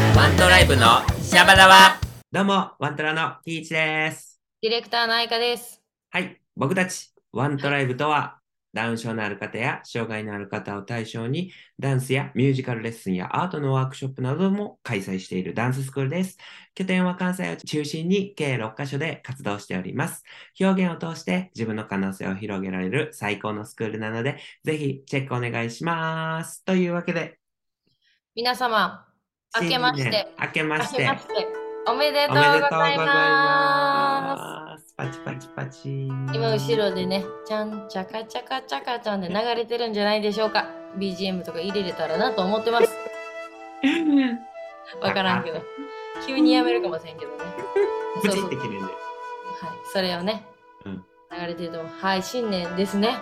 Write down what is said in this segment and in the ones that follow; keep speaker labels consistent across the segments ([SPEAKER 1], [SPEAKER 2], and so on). [SPEAKER 1] イブのシャバダワどうも、ワントラのキイチです。
[SPEAKER 2] ディレクターの愛香です。
[SPEAKER 1] はい、僕たちワントライブとは、ダウン症のある方や障害のある方を対象に、ダンスやミュージカルレッスンやアートのワークショップなども開催しているダンススクールです。拠点は関西を中心に計6カ所で活動しております。表現を通して自分の可能性を広げられる最高のスクールなので、ぜひチェックお願いします。というわけで、
[SPEAKER 2] 皆様、明けまして
[SPEAKER 1] 新年明けまして。
[SPEAKER 2] 明けましておめで
[SPEAKER 1] お
[SPEAKER 2] とう
[SPEAKER 1] め
[SPEAKER 2] ご
[SPEAKER 1] でとうござ
[SPEAKER 2] ざ
[SPEAKER 1] い
[SPEAKER 2] います。
[SPEAKER 1] ます。パチパチパチ。
[SPEAKER 2] 今後ろでね、ちゃんちゃかちゃかちゃかちゃんで流れてるんじゃないでしょうか。BGM とか入れれたらなと思ってます。わから んけど、急にやめるかもしれんけどね。
[SPEAKER 1] プチ
[SPEAKER 2] そ
[SPEAKER 1] っ
[SPEAKER 2] うそう
[SPEAKER 1] て切れるんだよ。
[SPEAKER 2] はい、それをね、
[SPEAKER 1] うん
[SPEAKER 2] 流れてると、はい、新年ですね。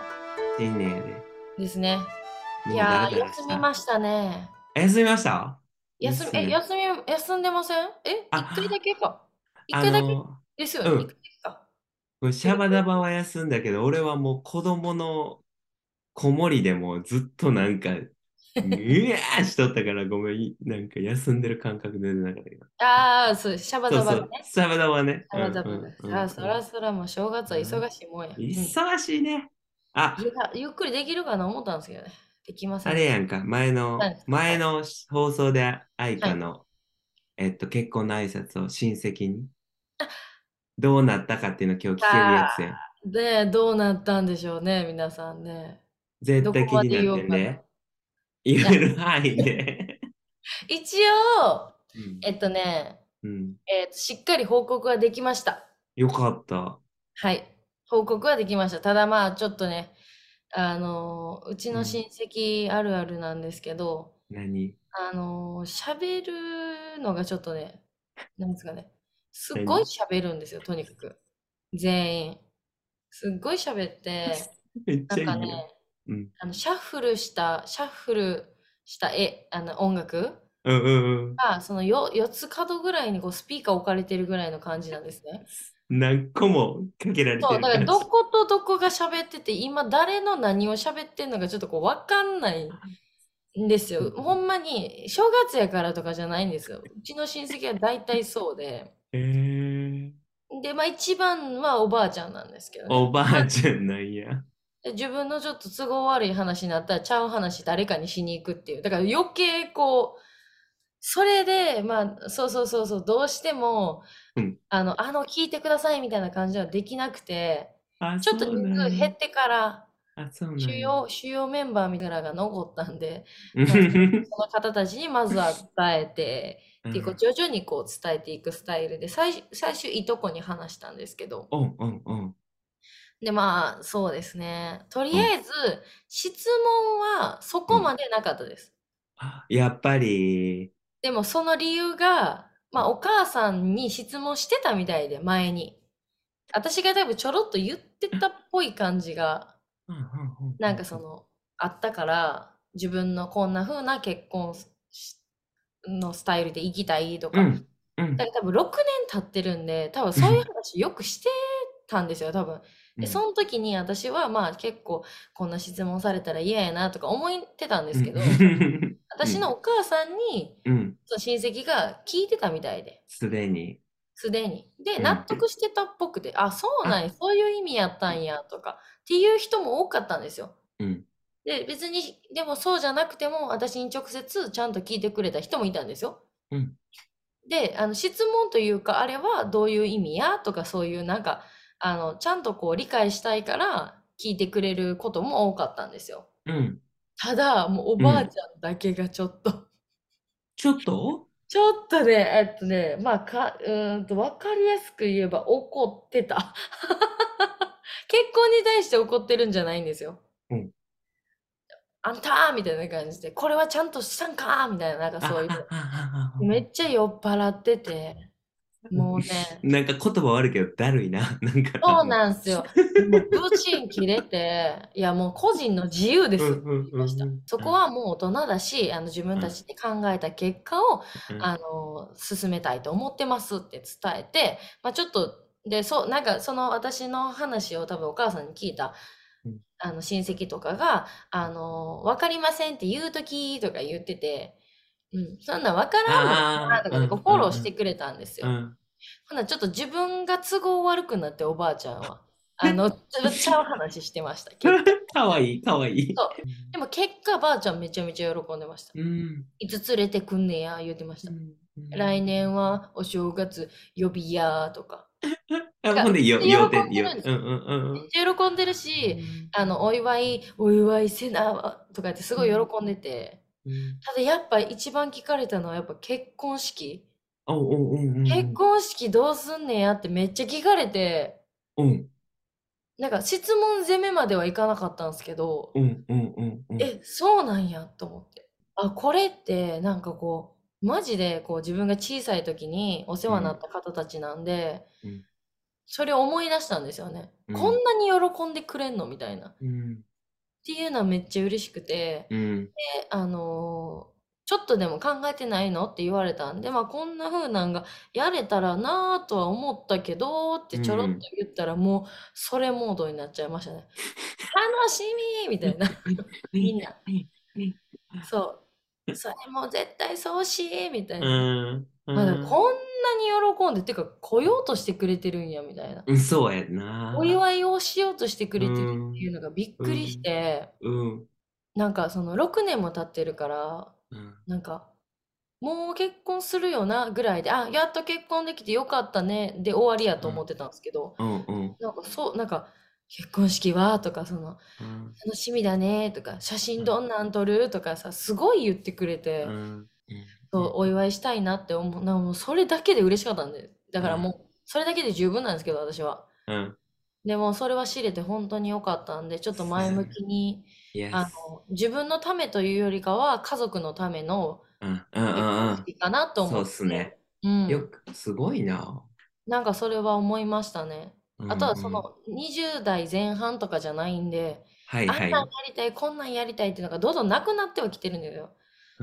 [SPEAKER 1] 新年やで。
[SPEAKER 2] ですね。い
[SPEAKER 1] みんな
[SPEAKER 2] や
[SPEAKER 1] ダ
[SPEAKER 2] ー、
[SPEAKER 1] ラダラし
[SPEAKER 2] 休
[SPEAKER 1] た
[SPEAKER 2] みましたね。
[SPEAKER 1] 休みました
[SPEAKER 2] 休み、
[SPEAKER 1] で
[SPEAKER 2] え、
[SPEAKER 1] す
[SPEAKER 2] 休み、休んでませんえ、
[SPEAKER 1] あ
[SPEAKER 2] 一回だけか。一
[SPEAKER 1] あ
[SPEAKER 2] 回だけ
[SPEAKER 1] の、
[SPEAKER 2] ですよね。
[SPEAKER 1] うん
[SPEAKER 2] 一回だけか。
[SPEAKER 1] これシャバダバは休んだけど、俺はもう子供の子守でもうずっとなんか、うわーしとったからごめん、いなんか休んでる感覚出てなかったけど。
[SPEAKER 2] ああ、そう、シャバ
[SPEAKER 1] そ
[SPEAKER 2] ダ
[SPEAKER 1] うそ
[SPEAKER 2] バ
[SPEAKER 1] う
[SPEAKER 2] だね。、
[SPEAKER 1] シャバダバね。
[SPEAKER 2] シャバダバ
[SPEAKER 1] うんうんうん
[SPEAKER 2] だ。ああ、そらそらもう正月は忙しいもんや。うんいや
[SPEAKER 1] 忙しいね。あ、
[SPEAKER 2] ゆっくりできるかな思ったんですけどね。できません。
[SPEAKER 1] あれやんか、前の
[SPEAKER 2] はい、
[SPEAKER 1] 前の放送で愛花の、えっと、結婚の挨拶を親戚に、どうなったかっていうの今日聞けるやつやん。
[SPEAKER 2] で、どうなったんでしょうね、皆さんね。
[SPEAKER 1] 絶対
[SPEAKER 2] ど
[SPEAKER 1] 気
[SPEAKER 2] こまで
[SPEAKER 1] になってん
[SPEAKER 2] 言おうか
[SPEAKER 1] で
[SPEAKER 2] な。
[SPEAKER 1] 言える範囲で。
[SPEAKER 2] 一応、 えっとね、
[SPEAKER 1] うん、
[SPEAKER 2] えっと、しっかり報告はできました。
[SPEAKER 1] よかった。
[SPEAKER 2] はい。報告はできました。ただまあ、ちょっとね、あのー、うち
[SPEAKER 1] う
[SPEAKER 2] の
[SPEAKER 1] ん
[SPEAKER 2] 親戚あるあるなんですけど、
[SPEAKER 1] 何
[SPEAKER 2] あのー、喋るのがちょっとね、なんですかね、すっごい喋るんですよ、とにかく。全員。すっごい喋って、
[SPEAKER 1] めっ
[SPEAKER 2] な
[SPEAKER 1] ち
[SPEAKER 2] ん
[SPEAKER 1] ゃ
[SPEAKER 2] か
[SPEAKER 1] いいよ。
[SPEAKER 2] ね、
[SPEAKER 1] うん
[SPEAKER 2] あのシャッフルした、シャッフルした絵、あの音楽
[SPEAKER 1] うんうん
[SPEAKER 2] が、そのよ4つ角ぐらいにこうスピーカー置かれてるぐらいの感じなんですね。
[SPEAKER 1] うん。何個もかけられて
[SPEAKER 2] そう、
[SPEAKER 1] る
[SPEAKER 2] だか
[SPEAKER 1] 感じ
[SPEAKER 2] らどことどこが喋ってて、今誰の何を喋ってんのかちょっとこう分かんないんですよ。ほんまに、正月やからとかじゃないんですよ。うちの親戚は大体そうで。
[SPEAKER 1] えー、
[SPEAKER 2] で、まあ一番はおばあちゃんなんですけどね、
[SPEAKER 1] おばあちゃんなんや。
[SPEAKER 2] で自分のちょっと都合悪い話になったら、ちゃう話誰かにしに行くっていう。だから余計こう、それで、まあ、そうそうそうそう、どうしても、
[SPEAKER 1] うん
[SPEAKER 2] あの、あの、聞いてくださいみたいな感じはできなくて、
[SPEAKER 1] あ、
[SPEAKER 2] ちょっと
[SPEAKER 1] そう
[SPEAKER 2] 人
[SPEAKER 1] な
[SPEAKER 2] 数
[SPEAKER 1] んや
[SPEAKER 2] 減ってから、
[SPEAKER 1] あ、そうなんや
[SPEAKER 2] 主要、主要メンバーみたいなのが残ったんで、
[SPEAKER 1] うん
[SPEAKER 2] その方たちにまずは伝えて、っていうこう徐々にこう伝えていくスタイルで、最最終いとこに話したんですけど、
[SPEAKER 1] うんうんうん。
[SPEAKER 2] でまあそうですねとりあえず質問はそこまでなかったです、
[SPEAKER 1] やっぱり、
[SPEAKER 2] でもその理由がまあお母さんに質問してたみたいで前に私が多分ちょろっと言ってたっぽい感じがなんかそのあったから自分のこんな風な結婚しのスタイルで生きたいと
[SPEAKER 1] う
[SPEAKER 2] か、
[SPEAKER 1] ん、うん
[SPEAKER 2] だから多分6年経ってるんで多分そういう話よくしてたんですよ多分
[SPEAKER 1] うん
[SPEAKER 2] でその時に私はまあ結構こんな質問されたら嫌やなとか思ってたんですけど、
[SPEAKER 1] うん
[SPEAKER 2] 私のお母さんに
[SPEAKER 1] うん、
[SPEAKER 2] その親戚が聞いてたみたいです
[SPEAKER 1] でに。
[SPEAKER 2] すでに。で
[SPEAKER 1] うん
[SPEAKER 2] 納得してたっぽくて、あそうなんやそういう意味やったんやとかっていう人も多かったんですよ。
[SPEAKER 1] うん、
[SPEAKER 2] で別にでもそうじゃなくても私に直接ちゃんと聞いてくれた人もいたんですよ。
[SPEAKER 1] うん
[SPEAKER 2] であの質問というかあれはどういう意味やとかそういうなんかあのちゃんとこう理解したいから聞いてくれることも多かったんですよ。
[SPEAKER 1] うん。
[SPEAKER 2] ただもうおばあちゃんだけがちょっと、
[SPEAKER 1] ちょっと
[SPEAKER 2] ちょっとねえっとねまあかうーんと分かりやすく言えば怒ってた 結婚に対して怒ってるんじゃないんですよ。
[SPEAKER 1] うん
[SPEAKER 2] あんたーみたいな感じでこれはちゃんとしたんかーみたいななんかそういう
[SPEAKER 1] う
[SPEAKER 2] めっちゃ酔っ払っててもう ね
[SPEAKER 1] なんか言葉悪いけど、だるいな。なんか。
[SPEAKER 2] そうなんですよ。もうブチン切れて、いやもう個人の自由ですって言いました
[SPEAKER 1] うんうんうんうん。
[SPEAKER 2] そこはもう大人だし、あの自分たちで考えた結果を、
[SPEAKER 1] うん
[SPEAKER 2] あの進めたいと思ってますって伝えて、まあ、ちょっとでそうなんかその私の話を多分お母さんに聞いた
[SPEAKER 1] うん。
[SPEAKER 2] あの親戚とかが「あの分かりません」って言う時とか言っててうん、そんなん分からんの
[SPEAKER 1] あー
[SPEAKER 2] かなとか
[SPEAKER 1] う
[SPEAKER 2] で
[SPEAKER 1] ん
[SPEAKER 2] こうフォローしてくれたんですよ。
[SPEAKER 1] うん。
[SPEAKER 2] ほなちょっと自分が都合悪くなっておばあちゃんは。あの、ちょっとちゃう話してましたけど。
[SPEAKER 1] かわいい、かわいい。
[SPEAKER 2] そうでも結果、ばあちゃんめちゃめちゃ喜んでました。
[SPEAKER 1] うん。
[SPEAKER 2] いつ連れてくんねや、言うてました。
[SPEAKER 1] うん
[SPEAKER 2] 来年はお正月呼びやとか。
[SPEAKER 1] あほんで、よ、
[SPEAKER 2] 喜んでる
[SPEAKER 1] よ
[SPEAKER 2] ん
[SPEAKER 1] てん、よ。
[SPEAKER 2] です
[SPEAKER 1] うんうんうん
[SPEAKER 2] めっちゃ喜んでるし、あの、お祝い、お祝いせなわとかってすごい喜んでて。
[SPEAKER 1] うん。
[SPEAKER 2] ただやっぱ一番聞かれたのはやっぱ結婚式。
[SPEAKER 1] おうおううんうん。
[SPEAKER 2] 結婚式どうすんねやってめっちゃ聞かれて、
[SPEAKER 1] うん
[SPEAKER 2] なんか質問攻めまではいかなかったんですけど、
[SPEAKER 1] うんうんうんうん。
[SPEAKER 2] え、そうなんやと思って。あ、これってなんかこう、マジでこう自分が小さい時にお世話になった方たちなんで、
[SPEAKER 1] うん
[SPEAKER 2] それを思い出したんですよね。
[SPEAKER 1] うん
[SPEAKER 2] こんなに喜んでくれんのみたいな。っ
[SPEAKER 1] うん
[SPEAKER 2] ていうのはめっちゃ嬉しくて、
[SPEAKER 1] うん
[SPEAKER 2] であのーちょっとでも考えてないのって言われたんで、まあこんな風なんがやれたらなぁとは思ったけどってちょろっと言ったらもうそれモードになっちゃい ましたね。楽しみみたいな。みんな
[SPEAKER 1] うんうん。
[SPEAKER 2] そう。それも絶対そうしみたいな。
[SPEAKER 1] うん。
[SPEAKER 2] まあでもこんなに喜んで、てか来ようとしてくれてるんやみたいな。
[SPEAKER 1] うん、そうやんな。
[SPEAKER 2] お祝いをしようとしてくれてる
[SPEAKER 1] うん
[SPEAKER 2] っていうのがびっくりして、
[SPEAKER 1] うん。
[SPEAKER 2] なんかその6年も経ってるから、
[SPEAKER 1] うん
[SPEAKER 2] なんか、もう結婚するよなぐらいで、あ、やっと結婚できてよかったねで終わりやと思ってたんですけど、
[SPEAKER 1] うんうん
[SPEAKER 2] なんかそう、なんか、結婚式はとか、その、
[SPEAKER 1] うん
[SPEAKER 2] 楽しみだねとか、写真どんなん撮るとかさ、すごい言ってくれて、
[SPEAKER 1] うん。
[SPEAKER 2] そうお祝いしたいなって思う、なんかもうそれだけで嬉しかったんで、だから
[SPEAKER 1] うん
[SPEAKER 2] もう、それだけで十分なんですけど、私は。
[SPEAKER 1] うん。
[SPEAKER 2] でも、それは知れて本当に良かったんで、ちょっと前向きに、あ
[SPEAKER 1] Yes
[SPEAKER 2] の、自分のためというよりかは、家族のための
[SPEAKER 1] うんうんう
[SPEAKER 2] 結
[SPEAKER 1] んう
[SPEAKER 2] 婚
[SPEAKER 1] ん。
[SPEAKER 2] 式かなと
[SPEAKER 1] そ
[SPEAKER 2] 思
[SPEAKER 1] う
[SPEAKER 2] っ。
[SPEAKER 1] ってすね。
[SPEAKER 2] うん
[SPEAKER 1] よく、すごいな。
[SPEAKER 2] なんかそれは思いましたね。
[SPEAKER 1] うん
[SPEAKER 2] あとはそ、の20代前半とかじゃないんで、
[SPEAKER 1] はい
[SPEAKER 2] あ
[SPEAKER 1] は
[SPEAKER 2] ん
[SPEAKER 1] い
[SPEAKER 2] なんや。りたい、こんなんやりたいっていうのがどんどんなくなってはきてるんだよ。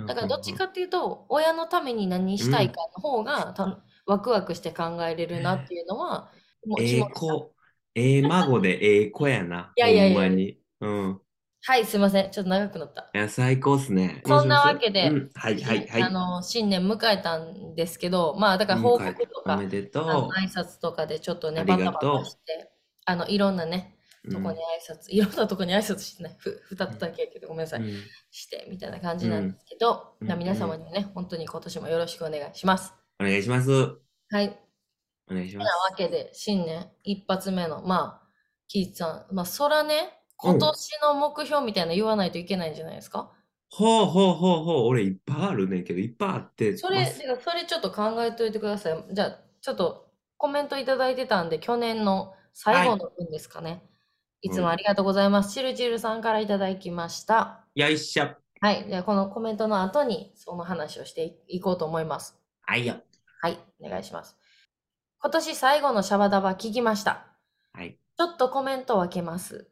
[SPEAKER 2] だからどっちかっていうと、親のために何したいかの方がたワクワクして考えれるなっていうのは、もう
[SPEAKER 1] え
[SPEAKER 2] 気
[SPEAKER 1] え
[SPEAKER 2] 持ち
[SPEAKER 1] 子。ええ孫でええ子やな。
[SPEAKER 2] いやいやいや
[SPEAKER 1] ほんまに。うん。
[SPEAKER 2] はい、すいません。ちょっと長くなった。
[SPEAKER 1] いや、最高っすね。
[SPEAKER 2] そんなわけで
[SPEAKER 1] うんはいはいはい。
[SPEAKER 2] あの、新年迎えたんですけど、まあだから
[SPEAKER 1] うん
[SPEAKER 2] 報告と
[SPEAKER 1] お
[SPEAKER 2] か
[SPEAKER 1] め、で
[SPEAKER 2] あの
[SPEAKER 1] と
[SPEAKER 2] 挨拶とかでちょっとね、
[SPEAKER 1] あ
[SPEAKER 2] バ
[SPEAKER 1] りが
[SPEAKER 2] タバ
[SPEAKER 1] とう
[SPEAKER 2] タして、あの、いろんなね、
[SPEAKER 1] う。
[SPEAKER 2] とこに挨拶、いろんなとこに挨拶してない、ふ二つだけやけど、ごめんなさい。
[SPEAKER 1] うんうん
[SPEAKER 2] してみたいな感じなんですけど、
[SPEAKER 1] うん
[SPEAKER 2] まあ
[SPEAKER 1] うん
[SPEAKER 2] 皆様にもね、本当に今年もよろしくお願いします。
[SPEAKER 1] お願いします。
[SPEAKER 2] はい。
[SPEAKER 1] お願いしま
[SPEAKER 2] なわ
[SPEAKER 1] す。
[SPEAKER 2] けで、新年一発目の、まあ、キーさん、まあ、そらね、今年の目標みたいなの言わないといけないんじゃないですか
[SPEAKER 1] ほうほうほうほう。俺いっぱいあるねんけど、いっぱいあって。
[SPEAKER 2] それ、
[SPEAKER 1] ま
[SPEAKER 2] だ
[SPEAKER 1] す
[SPEAKER 2] からそれちょっと考えといてください。じゃあ、ちょっとコメントいただいてたんで、去年の最後の分ですかね。い、つもありがとうございます。チルチルさんからいただきました。
[SPEAKER 1] よいしょ。
[SPEAKER 2] はい。じゃあ、このコメントの後に、その話をしていいこうと思います。
[SPEAKER 1] はいよ。
[SPEAKER 2] はい、お願いします。今年最後のシャバダバ聞きました。
[SPEAKER 1] はい。
[SPEAKER 2] ちょっとコメント分けます。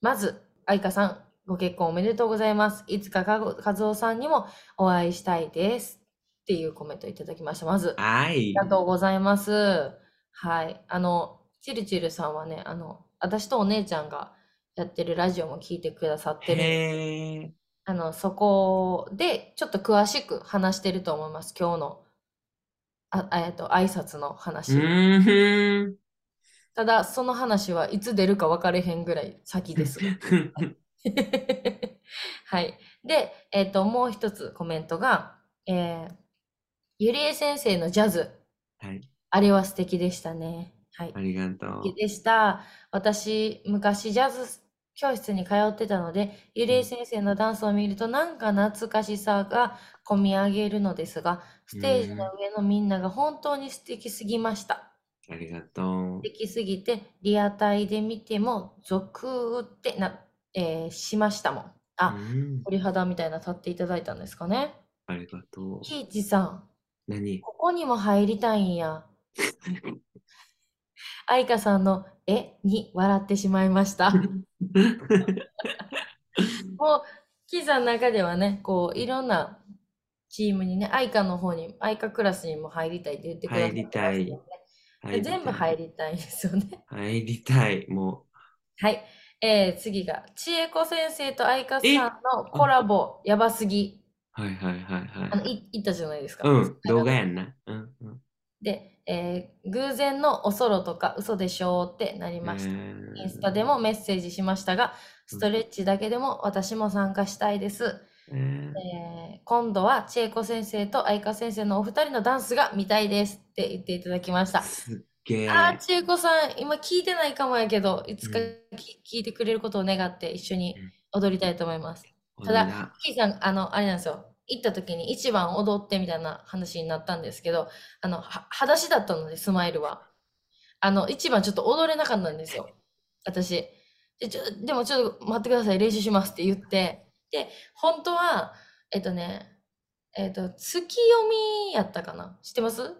[SPEAKER 2] まず、愛花さん、ご結婚おめでとうございます。いつかかご和夫さんにもお会いしたいです。っていうコメントいただきました。まず、あ
[SPEAKER 1] はい
[SPEAKER 2] り。がとうございます。はい。あの、チルチルさんはね、あの、私とお姉ちゃんがやってるラジオも聞いてくださってるんで
[SPEAKER 1] へえ。
[SPEAKER 2] あの、そこでちょっと詳しく話してると思います。今日の、あ、あえっと、挨拶の
[SPEAKER 1] う
[SPEAKER 2] 話。
[SPEAKER 1] ーん。
[SPEAKER 2] ただ、その話はいつ出るか分かれへんぐらい先 です。はい。で、えっと、もう一つコメントが、えーゆりえ先生のジャズ。
[SPEAKER 1] はい。
[SPEAKER 2] あれは素敵でしたね。はい
[SPEAKER 1] あ。りがとう。
[SPEAKER 2] でした。私、昔ジャズ教室に通ってたので、ゆりえ先生のダンスを見るとなんか懐かしさが込み上げるのですが、ステージの上のみんなが本当に素敵すぎました。
[SPEAKER 1] ありがとう
[SPEAKER 2] 素。敵すぎて、リアタイで見ても、ゾクーってな、えーしましたもん。あ、
[SPEAKER 1] うん
[SPEAKER 2] 鳥肌みたいな立っていただいたんですかね。
[SPEAKER 1] ありがとう。
[SPEAKER 2] キイチさん、
[SPEAKER 1] 何
[SPEAKER 2] ここにも入りたいんや。愛花さんの絵に笑ってしまいま した。もう、キーさんの中ではね、こう、いろんなチームにね、愛花の方に、愛花クラスにも入りたいって言ってくださってますよね
[SPEAKER 1] 入り
[SPEAKER 2] で全部入
[SPEAKER 1] り
[SPEAKER 2] りたいんですよね。
[SPEAKER 1] たい。入りたい。も
[SPEAKER 2] はい。えー、次が、千恵子先生と愛花
[SPEAKER 1] え
[SPEAKER 2] さんのコラボ、やばすぎ。
[SPEAKER 1] はいはいはいはい。
[SPEAKER 2] あのい行ったじゃないですか。
[SPEAKER 1] うん、動画やんな。うんうん。
[SPEAKER 2] で、えー偶然のおそろとか嘘でしょうってなりました。インスタで
[SPEAKER 1] も。
[SPEAKER 2] もメッセージしましたが、ストレッチだけでも私も参加したいです。
[SPEAKER 1] えー
[SPEAKER 2] えー今度は千恵子先生と愛花先生のお二人のダンスが見たいですって言っていただきました。
[SPEAKER 1] すっげえ。
[SPEAKER 2] あー、千恵子さん、今聞いてないかもやけど、いつかき聞いてくれることを願って一緒に踊りたいと思います。ただ
[SPEAKER 1] 踊りな
[SPEAKER 2] キーさん、あの、あれなんですよ。行った時に一番踊ってみたいな話になったんですけど、あの、は裸足だったので、スマイルは。あの、一番ちょっと踊れなかったんですよ。私。で、ちょ、でもちょっと待ってください、練習しますって言って。で、本当は、えっとね、えっと、月読みやったかな知ってます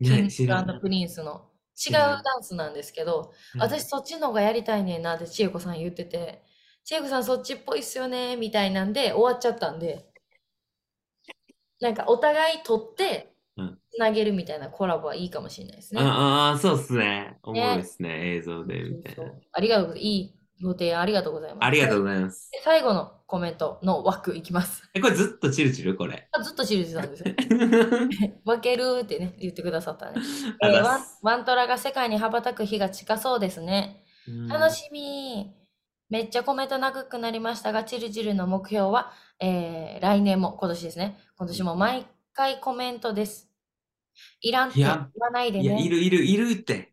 [SPEAKER 2] キン
[SPEAKER 1] ね、知
[SPEAKER 2] グ
[SPEAKER 1] らん。
[SPEAKER 2] プリンスの。違
[SPEAKER 1] 知
[SPEAKER 2] う
[SPEAKER 1] ら
[SPEAKER 2] ダ
[SPEAKER 1] ん
[SPEAKER 2] ンスなんですけど、
[SPEAKER 1] うん
[SPEAKER 2] 私そっちの方がやりたいねんなって千恵子さん言ってて、千恵子さんそっちっぽいっすよねみたいなんで終わっちゃったんで、なんかお互い取って
[SPEAKER 1] うん
[SPEAKER 2] つなげるみたいなコラボはいいかもしれないですね。
[SPEAKER 1] ああ、そうっすね。おもろいっすね。映像で、みたい
[SPEAKER 2] そう
[SPEAKER 1] な
[SPEAKER 2] そ。うありがとうございます。いいご提案ありがとうございます。
[SPEAKER 1] ありがとうございます。
[SPEAKER 2] で最後のコメントの枠いきます。
[SPEAKER 1] え、これずっとチルチルこれ。
[SPEAKER 2] あずっとシリーズなんですよ。
[SPEAKER 1] ありがとうござい
[SPEAKER 2] 分けるってね、言ってくださったね。えーワ
[SPEAKER 1] ま
[SPEAKER 2] ン
[SPEAKER 1] す
[SPEAKER 2] ワントラが世界に羽ばたく日が近そうですね。
[SPEAKER 1] うん
[SPEAKER 2] 楽しみ。めっちゃコメント長くなりましたが、チルチルの目標は、えー来年も、今年ですね。今年も毎回コメントです。いらんって
[SPEAKER 1] い
[SPEAKER 2] 言
[SPEAKER 1] や
[SPEAKER 2] わないで
[SPEAKER 1] いや、い
[SPEAKER 2] ね。
[SPEAKER 1] るいるいる って。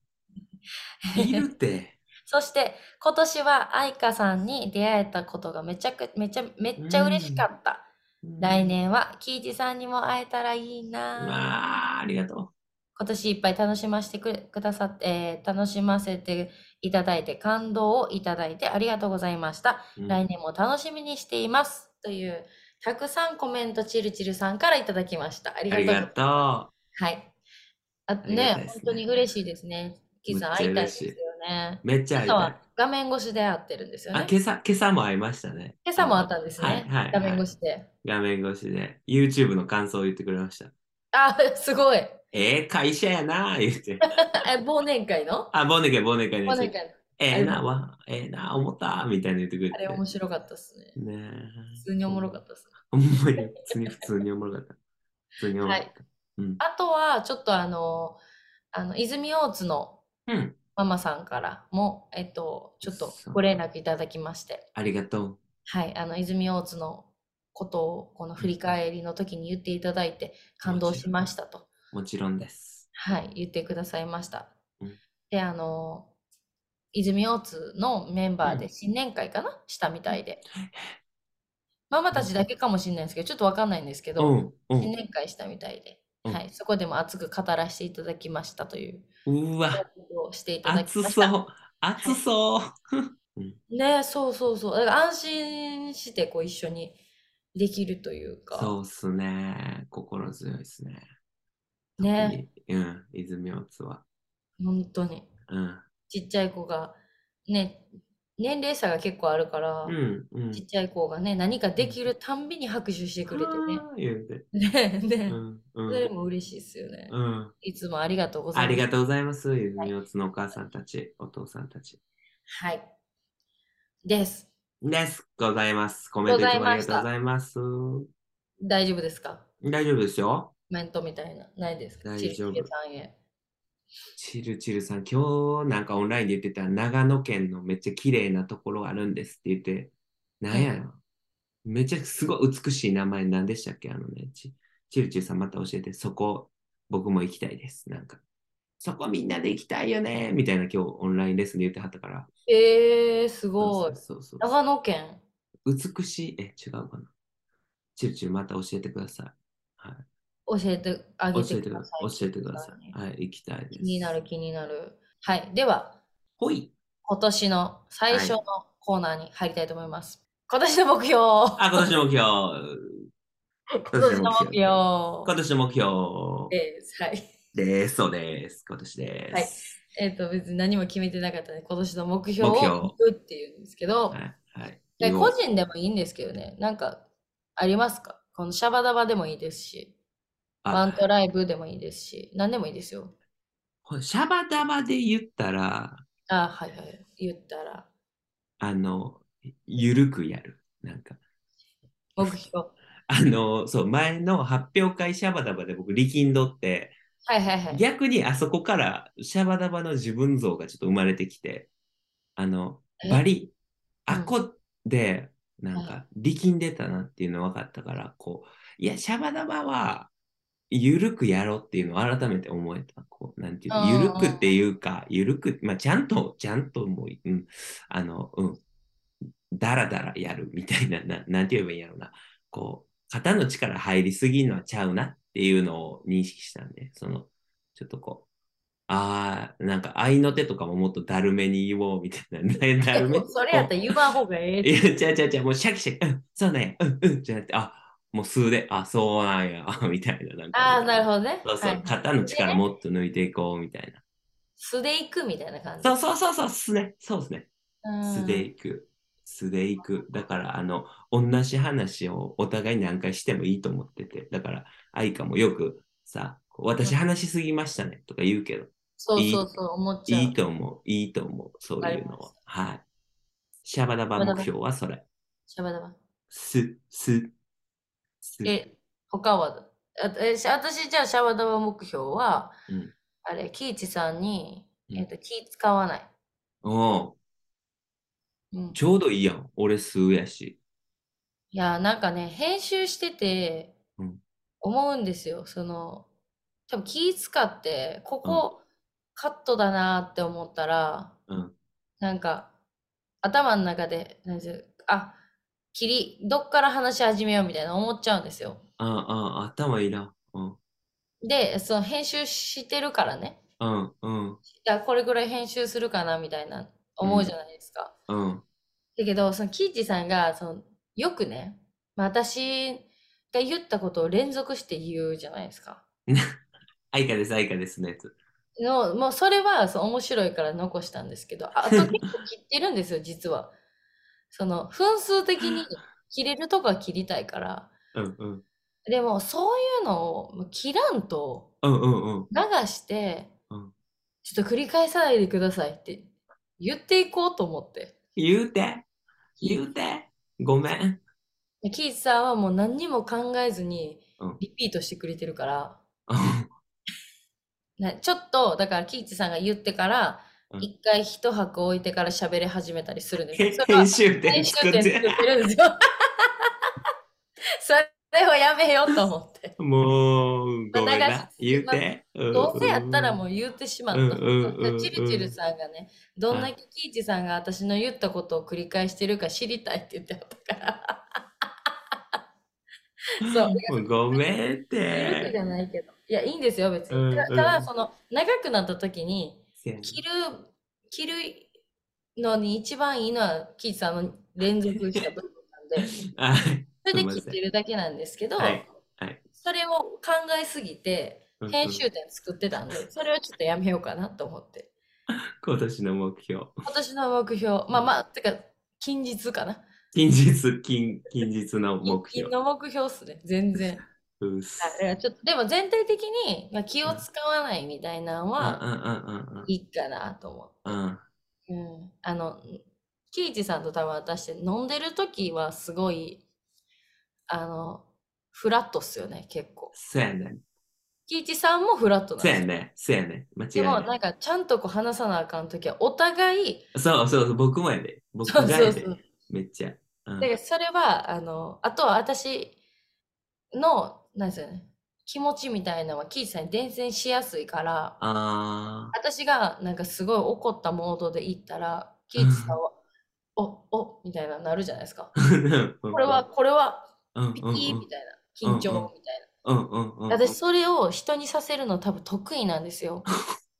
[SPEAKER 1] いるって。
[SPEAKER 2] そして、今年は愛花さんに出会えたことがめちゃく、めちゃ、めっちゃ嬉しかった。 来年は、キイチさんにも会えたらいいなぁ。
[SPEAKER 1] まあ、ありがと
[SPEAKER 2] 今年いっぱい楽しませてくれくださって、えー楽しませていただいて、感動をいただいてありがとうございました。
[SPEAKER 1] う。うん
[SPEAKER 2] 来年も楽しみにしていますというたくさんコメントちるちるさんからいただきました。あり
[SPEAKER 1] あ
[SPEAKER 2] がと
[SPEAKER 1] り
[SPEAKER 2] うござ
[SPEAKER 1] が
[SPEAKER 2] います。
[SPEAKER 1] と
[SPEAKER 2] はい。あ
[SPEAKER 1] りがたい
[SPEAKER 2] ね
[SPEAKER 1] ですね
[SPEAKER 2] 本当に嬉しいですね。キさん会いたいですよね。
[SPEAKER 1] う。めっちゃ会
[SPEAKER 2] 今
[SPEAKER 1] い
[SPEAKER 2] 朝
[SPEAKER 1] た。
[SPEAKER 2] はい画面越しで会ってるんですよ
[SPEAKER 1] あ、
[SPEAKER 2] ね。
[SPEAKER 1] 今朝、今朝も会いましたね。
[SPEAKER 2] 今朝も会ったんですね。
[SPEAKER 1] はいはいはい
[SPEAKER 2] 画面越しで。
[SPEAKER 1] 画面越しで。YouTube の感想を言ってくれました。
[SPEAKER 2] あ、 すごい。え
[SPEAKER 1] ええ会社やな言って。
[SPEAKER 2] 忘年会の
[SPEAKER 1] あ、忘年会、忘年会
[SPEAKER 2] 忘年
[SPEAKER 1] ね。
[SPEAKER 2] 会
[SPEAKER 1] ええな、わ、ええな、思ったみたいに言ってくれ
[SPEAKER 2] の。あ
[SPEAKER 1] て。
[SPEAKER 2] れ面白かったですね。
[SPEAKER 1] ねえ
[SPEAKER 2] 普通におもろかったです。
[SPEAKER 1] ほんまに、普通に、普通におもろかった。普通におもろかった。うん。
[SPEAKER 2] あとは、ちょっとあの、あの、泉大津の
[SPEAKER 1] うん。
[SPEAKER 2] ママさんからも、えっと、ちょっとご連絡いただきまして。
[SPEAKER 1] ありがとう。
[SPEAKER 2] はい、あの泉大津のことをこの振り返りの時に言っていただいて感動しましたと、
[SPEAKER 1] もちろんです。
[SPEAKER 2] はい、言ってくださいました
[SPEAKER 1] うん。
[SPEAKER 2] で、あの、泉大津のメンバー
[SPEAKER 1] う
[SPEAKER 2] で新年会かなしたみたいで。ママたちだけかもしれないですけど、ちょっとわかんないんですけ
[SPEAKER 1] う
[SPEAKER 2] ど、
[SPEAKER 1] ん、う
[SPEAKER 2] 新
[SPEAKER 1] ん。
[SPEAKER 2] 年会したみたいで、
[SPEAKER 1] うん
[SPEAKER 2] はい、そこでも熱く語らせていただきましたという
[SPEAKER 1] うわ。
[SPEAKER 2] ことをしていただき
[SPEAKER 1] 熱
[SPEAKER 2] まし
[SPEAKER 1] そ
[SPEAKER 2] た。
[SPEAKER 1] う、熱そう。
[SPEAKER 2] ね、そうそうそう。だから安心してこう一緒にできるというか。
[SPEAKER 1] そうっすね。心強いっすね。
[SPEAKER 2] ね、
[SPEAKER 1] 特に。うん、泉大津は。
[SPEAKER 2] 本当に。
[SPEAKER 1] うん。
[SPEAKER 2] ちっちゃい子が、ね、年齢差が結構あるから、
[SPEAKER 1] うん、うん。
[SPEAKER 2] ちっちゃい子がね、何かできるたんびに拍手してくれ
[SPEAKER 1] あー言うて。
[SPEAKER 2] てね。ね、
[SPEAKER 1] う
[SPEAKER 2] ね、
[SPEAKER 1] ん、う
[SPEAKER 2] それ
[SPEAKER 1] ん。
[SPEAKER 2] も嬉しいですよね。
[SPEAKER 1] うん、
[SPEAKER 2] いつもありがとうござい
[SPEAKER 1] あ
[SPEAKER 2] ます。
[SPEAKER 1] りがとうございます。泉大津のお母さんたち、お父さんたち。
[SPEAKER 2] はい。です。
[SPEAKER 1] です。ございます。コメントいつもありがとうございます。
[SPEAKER 2] 大丈夫ですか
[SPEAKER 1] 大丈夫ですよ。
[SPEAKER 2] コメントみたいな、ないですか
[SPEAKER 1] 大
[SPEAKER 2] ちり
[SPEAKER 1] 丈夫
[SPEAKER 2] ちりさんへ。
[SPEAKER 1] チルチルさん、今日なんかオンラインで言ってた長野県のめっちゃ綺麗なところあるんですって言って、なんやろめっちゃすごい美しい名前なんでしたっけあのね、チチルチルさんまた教えて、そこ僕も行きたいです。なんか、そこみんなで行きたいよねみたいな今日オンラインレッスンで言ってはったから。
[SPEAKER 2] えー、す
[SPEAKER 1] そ
[SPEAKER 2] ごい。
[SPEAKER 1] うそうそう
[SPEAKER 2] 長野県。
[SPEAKER 1] 美しい、え、違うかなチルチルまた教えてください。はい、
[SPEAKER 2] 教えてあげ
[SPEAKER 1] 教
[SPEAKER 2] て
[SPEAKER 1] えて
[SPEAKER 2] く
[SPEAKER 1] く
[SPEAKER 2] だ
[SPEAKER 1] だ
[SPEAKER 2] さ
[SPEAKER 1] さい。
[SPEAKER 2] い。
[SPEAKER 1] 教えてください。はい、行きたいです。
[SPEAKER 2] 気になる気になる。はい。では、
[SPEAKER 1] ほい。
[SPEAKER 2] 今年の最初のコーナーに入りたいと思います。今年の目標
[SPEAKER 1] あ、今年の目標。
[SPEAKER 2] 今年の目標
[SPEAKER 1] 今年の目標
[SPEAKER 2] です。はい。
[SPEAKER 1] です。そうです。今年です。
[SPEAKER 2] えっ、と、別に何も決めてなかったので、今年の目標を
[SPEAKER 1] 目
[SPEAKER 2] 言
[SPEAKER 1] 標
[SPEAKER 2] うっていうんですけど、
[SPEAKER 1] はい。はい。
[SPEAKER 2] で
[SPEAKER 1] 言おう
[SPEAKER 2] 個人でもいいんですけどね、なんかありますかこのシャバダバでもいいですし、
[SPEAKER 1] あ
[SPEAKER 2] バントライブでもいいですし、何でもいいですよ。
[SPEAKER 1] これシャバダバで言ったら、
[SPEAKER 2] あはいはい。言ったら、
[SPEAKER 1] あの、ゆるくやる。なんか、
[SPEAKER 2] 目標。
[SPEAKER 1] あの、そう、前の発表会シャバダバで僕力んどって、
[SPEAKER 2] はいはいはい。
[SPEAKER 1] 逆にあそこからシャバダバの自分像がちょっと生まれてきて、あの、
[SPEAKER 2] え
[SPEAKER 1] バリ、あ
[SPEAKER 2] うん
[SPEAKER 1] こで、なん
[SPEAKER 2] は
[SPEAKER 1] か力んでたなっていうの分かったから、こう、いや、シャバダバは、ゆるくやろうっていうのを改めて思えた。こう、なんていう
[SPEAKER 2] あ
[SPEAKER 1] の、
[SPEAKER 2] ー
[SPEAKER 1] ゆるくっていうか、ゆるく、まあ、ちゃんと、ちゃんともう、うん、あの、うん、だらだらやるみたいな、ななんて言えばいいんやろうな。こう、肩の力入りすぎるのはちゃうなっていうのを認識したんで、その、ちょっとこう、ああ、なんか、合いの手とかももっとだるめに言おうみたい な。だるめ
[SPEAKER 2] でもそれやったら言わん方がええって。
[SPEAKER 1] いや、ちゃうちゃうちゃう、もうシャキシャキ、うん、そうなんや、うん、うん、じゃなくて、あ、もう数で、あ、そうなんや、 みたいな、なんか。
[SPEAKER 2] ああ、なるほどね。
[SPEAKER 1] そうそう、
[SPEAKER 2] はいはい
[SPEAKER 1] 肩の力もっと抜いていこう、みたいな。
[SPEAKER 2] 素で行くみたいな感じ。
[SPEAKER 1] そうそうそうそう、すね、そうですね。
[SPEAKER 2] うん
[SPEAKER 1] 素でいく、素でいく。だから、あの、同じ話をお互い何回してもいいと思ってて、だから、愛花もよくさ、私話しすぎましたね、とか言うけど、
[SPEAKER 2] そうそうそう、思っちゃう。
[SPEAKER 1] いいと思う、いいと思う、そういうのは。はい。シャバダバ目標はそれ。
[SPEAKER 2] シャバダバ。
[SPEAKER 1] す、す、す。
[SPEAKER 2] え、他はあえし私じゃあシャバダバ目標は、
[SPEAKER 1] うん
[SPEAKER 2] あれ、キイチさんに、
[SPEAKER 1] うん
[SPEAKER 2] えっと気使わない。
[SPEAKER 1] おう
[SPEAKER 2] うん、
[SPEAKER 1] ちょうどいいやん。俺数やし。
[SPEAKER 2] いや、なんかね、編集してて
[SPEAKER 1] うん、
[SPEAKER 2] 思うんですよ。その、多分気使って、ここ、カットだなって思ったら、
[SPEAKER 1] うん
[SPEAKER 2] なんか、頭の中で、なんていうあ、切り、どっから話し始めようみたいな思っちゃうんですよ。
[SPEAKER 1] ああ、頭いいな。うん。
[SPEAKER 2] で、その編集してるからね、
[SPEAKER 1] うん、うん、
[SPEAKER 2] いや、これぐらい編集するかなみたいな思うじゃないですか。
[SPEAKER 1] うん、
[SPEAKER 2] だけど、そのキイチさんが、その、よくね、まあ、私が言ったことを連続して言うじゃないですか。
[SPEAKER 1] あいかです、あいかですのやつ。
[SPEAKER 2] の、もうそれは、そう、面白いから残したんですけど、ああと結構切ってるんですよ、実は。その、分数的に切れるとこは切りたいから。
[SPEAKER 1] うん、うん、
[SPEAKER 2] でも、そういうのをもう切らんと
[SPEAKER 1] うん、うん、うん。
[SPEAKER 2] 流して、
[SPEAKER 1] うん
[SPEAKER 2] ちょっと繰り返さないでくださいって言っていこうと思って。
[SPEAKER 1] 言うて、言うて、ごめん。
[SPEAKER 2] でキイチさんはもう何にも考えずに
[SPEAKER 1] うん
[SPEAKER 2] リピートしてくれてるから、
[SPEAKER 1] うん
[SPEAKER 2] なちょっとだからキイチさんが言ってから
[SPEAKER 1] うん
[SPEAKER 2] 一回一箱置いてから喋り始めたりするんですよ。それは
[SPEAKER 1] 編集点
[SPEAKER 2] 編集
[SPEAKER 1] 作っ。
[SPEAKER 2] 点作っててるんですよ。 それをやめようと思って。
[SPEAKER 1] もう、ごめん
[SPEAKER 2] まあ流
[SPEAKER 1] な
[SPEAKER 2] す。
[SPEAKER 1] 言うて。
[SPEAKER 2] どうせやったらもう言ってしまったと。
[SPEAKER 1] うんうんうんうん
[SPEAKER 2] チルチルさんがね、どんだけキイチさんが私の言ったことを繰り返してるか知りたいって言ってあったから。
[SPEAKER 1] うん
[SPEAKER 2] そう
[SPEAKER 1] もうごめんっ
[SPEAKER 2] 緩くじ
[SPEAKER 1] て。
[SPEAKER 2] ゃないけど。いや、いいんですよ、別に。
[SPEAKER 1] うん
[SPEAKER 2] た
[SPEAKER 1] うん
[SPEAKER 2] ただ、その、長くなった時に、
[SPEAKER 1] せやな
[SPEAKER 2] 着る、着るのに一番いいのは、キイチさんの連続した 部分なんで、そ
[SPEAKER 1] はい
[SPEAKER 2] れで
[SPEAKER 1] ごめんな
[SPEAKER 2] 切っ
[SPEAKER 1] さい
[SPEAKER 2] てるだけなんですけど、
[SPEAKER 1] はいはい
[SPEAKER 2] それを考えすぎて、
[SPEAKER 1] うんうん
[SPEAKER 2] 編集点作ってたんで、 それをちょっとやめようかなと思って。
[SPEAKER 1] 今年の目標。
[SPEAKER 2] 今年の目標、まあまあ、てか、近日かな。
[SPEAKER 1] 近日、近近日の目
[SPEAKER 2] 近
[SPEAKER 1] 標
[SPEAKER 2] 々。の目標っすね、全然。
[SPEAKER 1] うっす
[SPEAKER 2] だからちょっとでも全体的にまあ気を使わないみたいなのは、
[SPEAKER 1] うんうんうんうん
[SPEAKER 2] いいかなと思って。
[SPEAKER 1] うんうん。
[SPEAKER 2] うん、あの、キイチさんと多分私って飲んでる時はすごい、あの、フラットっすよね、結構。
[SPEAKER 1] そうやね。
[SPEAKER 2] キイチさんもフラットなん
[SPEAKER 1] そう
[SPEAKER 2] です
[SPEAKER 1] や
[SPEAKER 2] よ。
[SPEAKER 1] ね。そうやね。間違
[SPEAKER 2] で
[SPEAKER 1] い
[SPEAKER 2] も
[SPEAKER 1] な。
[SPEAKER 2] ないんかちゃんとこう話さなあかん時はお互い、
[SPEAKER 1] そうそうそう、僕もやで。僕
[SPEAKER 2] そう
[SPEAKER 1] が
[SPEAKER 2] そ
[SPEAKER 1] や
[SPEAKER 2] う
[SPEAKER 1] で
[SPEAKER 2] そう。。
[SPEAKER 1] めっちゃ。うん
[SPEAKER 2] だからそれは、あの、あとは私の、なんですよね、気持ちみたいなのはキイチさんに伝染しやすいから、
[SPEAKER 1] あ
[SPEAKER 2] 私がなんかすごい怒ったモードで行ったら、キイチさんは、お、お、みたいななるじゃないですか。
[SPEAKER 1] ー。
[SPEAKER 2] これは、これは、
[SPEAKER 1] うんうん
[SPEAKER 2] ピキ
[SPEAKER 1] うん、
[SPEAKER 2] ーみたいな、緊張み
[SPEAKER 1] うんうん
[SPEAKER 2] たい
[SPEAKER 1] うんうんうん。
[SPEAKER 2] な。私、それを人にさせるの多分得意なんですよ。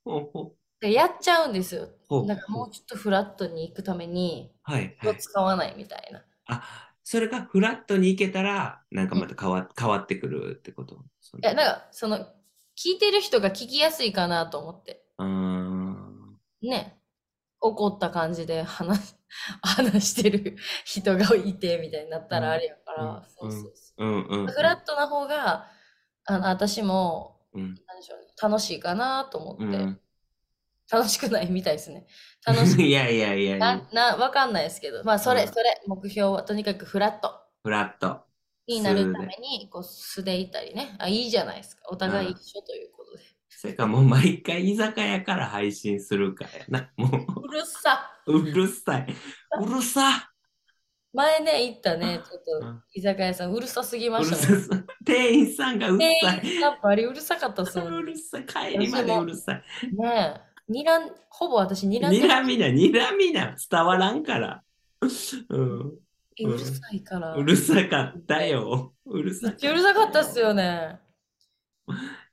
[SPEAKER 1] ほうほう
[SPEAKER 2] でやっちゃうんですよ。
[SPEAKER 1] ほう
[SPEAKER 2] だからもうちょっとフラットに行くために、
[SPEAKER 1] はい
[SPEAKER 2] 気
[SPEAKER 1] は
[SPEAKER 2] を
[SPEAKER 1] い。
[SPEAKER 2] 使わないみたいな。
[SPEAKER 1] あ、それがフラットに行けたら、なんかまた変わ変わってくるってこと。その
[SPEAKER 2] いや、なんか、その、聞いてる人が聞きやすいかなと思って。
[SPEAKER 1] うーん。
[SPEAKER 2] ね。怒った感じで話、 話してる人がいて、みたいになった
[SPEAKER 1] う
[SPEAKER 2] ら
[SPEAKER 1] ん
[SPEAKER 2] あれやから、
[SPEAKER 1] う
[SPEAKER 2] そ
[SPEAKER 1] ん
[SPEAKER 2] うそうそ
[SPEAKER 1] うんうんうん。
[SPEAKER 2] う。フラットな方が、あの、私も、
[SPEAKER 1] うん
[SPEAKER 2] なんでしょうね、楽しいかなと思
[SPEAKER 1] う
[SPEAKER 2] って。
[SPEAKER 1] ん。
[SPEAKER 2] 楽しくないみたいですね。楽しく
[SPEAKER 1] いやいやいやい
[SPEAKER 2] な
[SPEAKER 1] や。
[SPEAKER 2] な、わかんないですけど、まあ、それ、
[SPEAKER 1] うん
[SPEAKER 2] それ、目標はとにかくフラット。
[SPEAKER 1] フラット。
[SPEAKER 2] になるためにこう素でいたりねあいいじゃないですかお互い一緒ということで
[SPEAKER 1] それかもう毎回居酒屋から配信するからやな。も
[SPEAKER 2] うるさ
[SPEAKER 1] う、うるさい。うるさ。
[SPEAKER 2] 前ね行ったねちょっ
[SPEAKER 1] うん
[SPEAKER 2] と居酒屋さんうるさすぎ
[SPEAKER 1] う
[SPEAKER 2] ま
[SPEAKER 1] る
[SPEAKER 2] した
[SPEAKER 1] さ
[SPEAKER 2] ね
[SPEAKER 1] さ。店員さんがうるさい。
[SPEAKER 2] 店員さんバリうるさかったそう
[SPEAKER 1] うるさい。帰りまでうるさい。
[SPEAKER 2] ねえにらんほぼ私にらんで
[SPEAKER 1] にらみな、にらみな。伝わらんから。うん。
[SPEAKER 2] えうるさいから
[SPEAKER 1] うるさかったよ。うるさ
[SPEAKER 2] めっちゃうるさかったっす
[SPEAKER 1] よ。
[SPEAKER 2] よね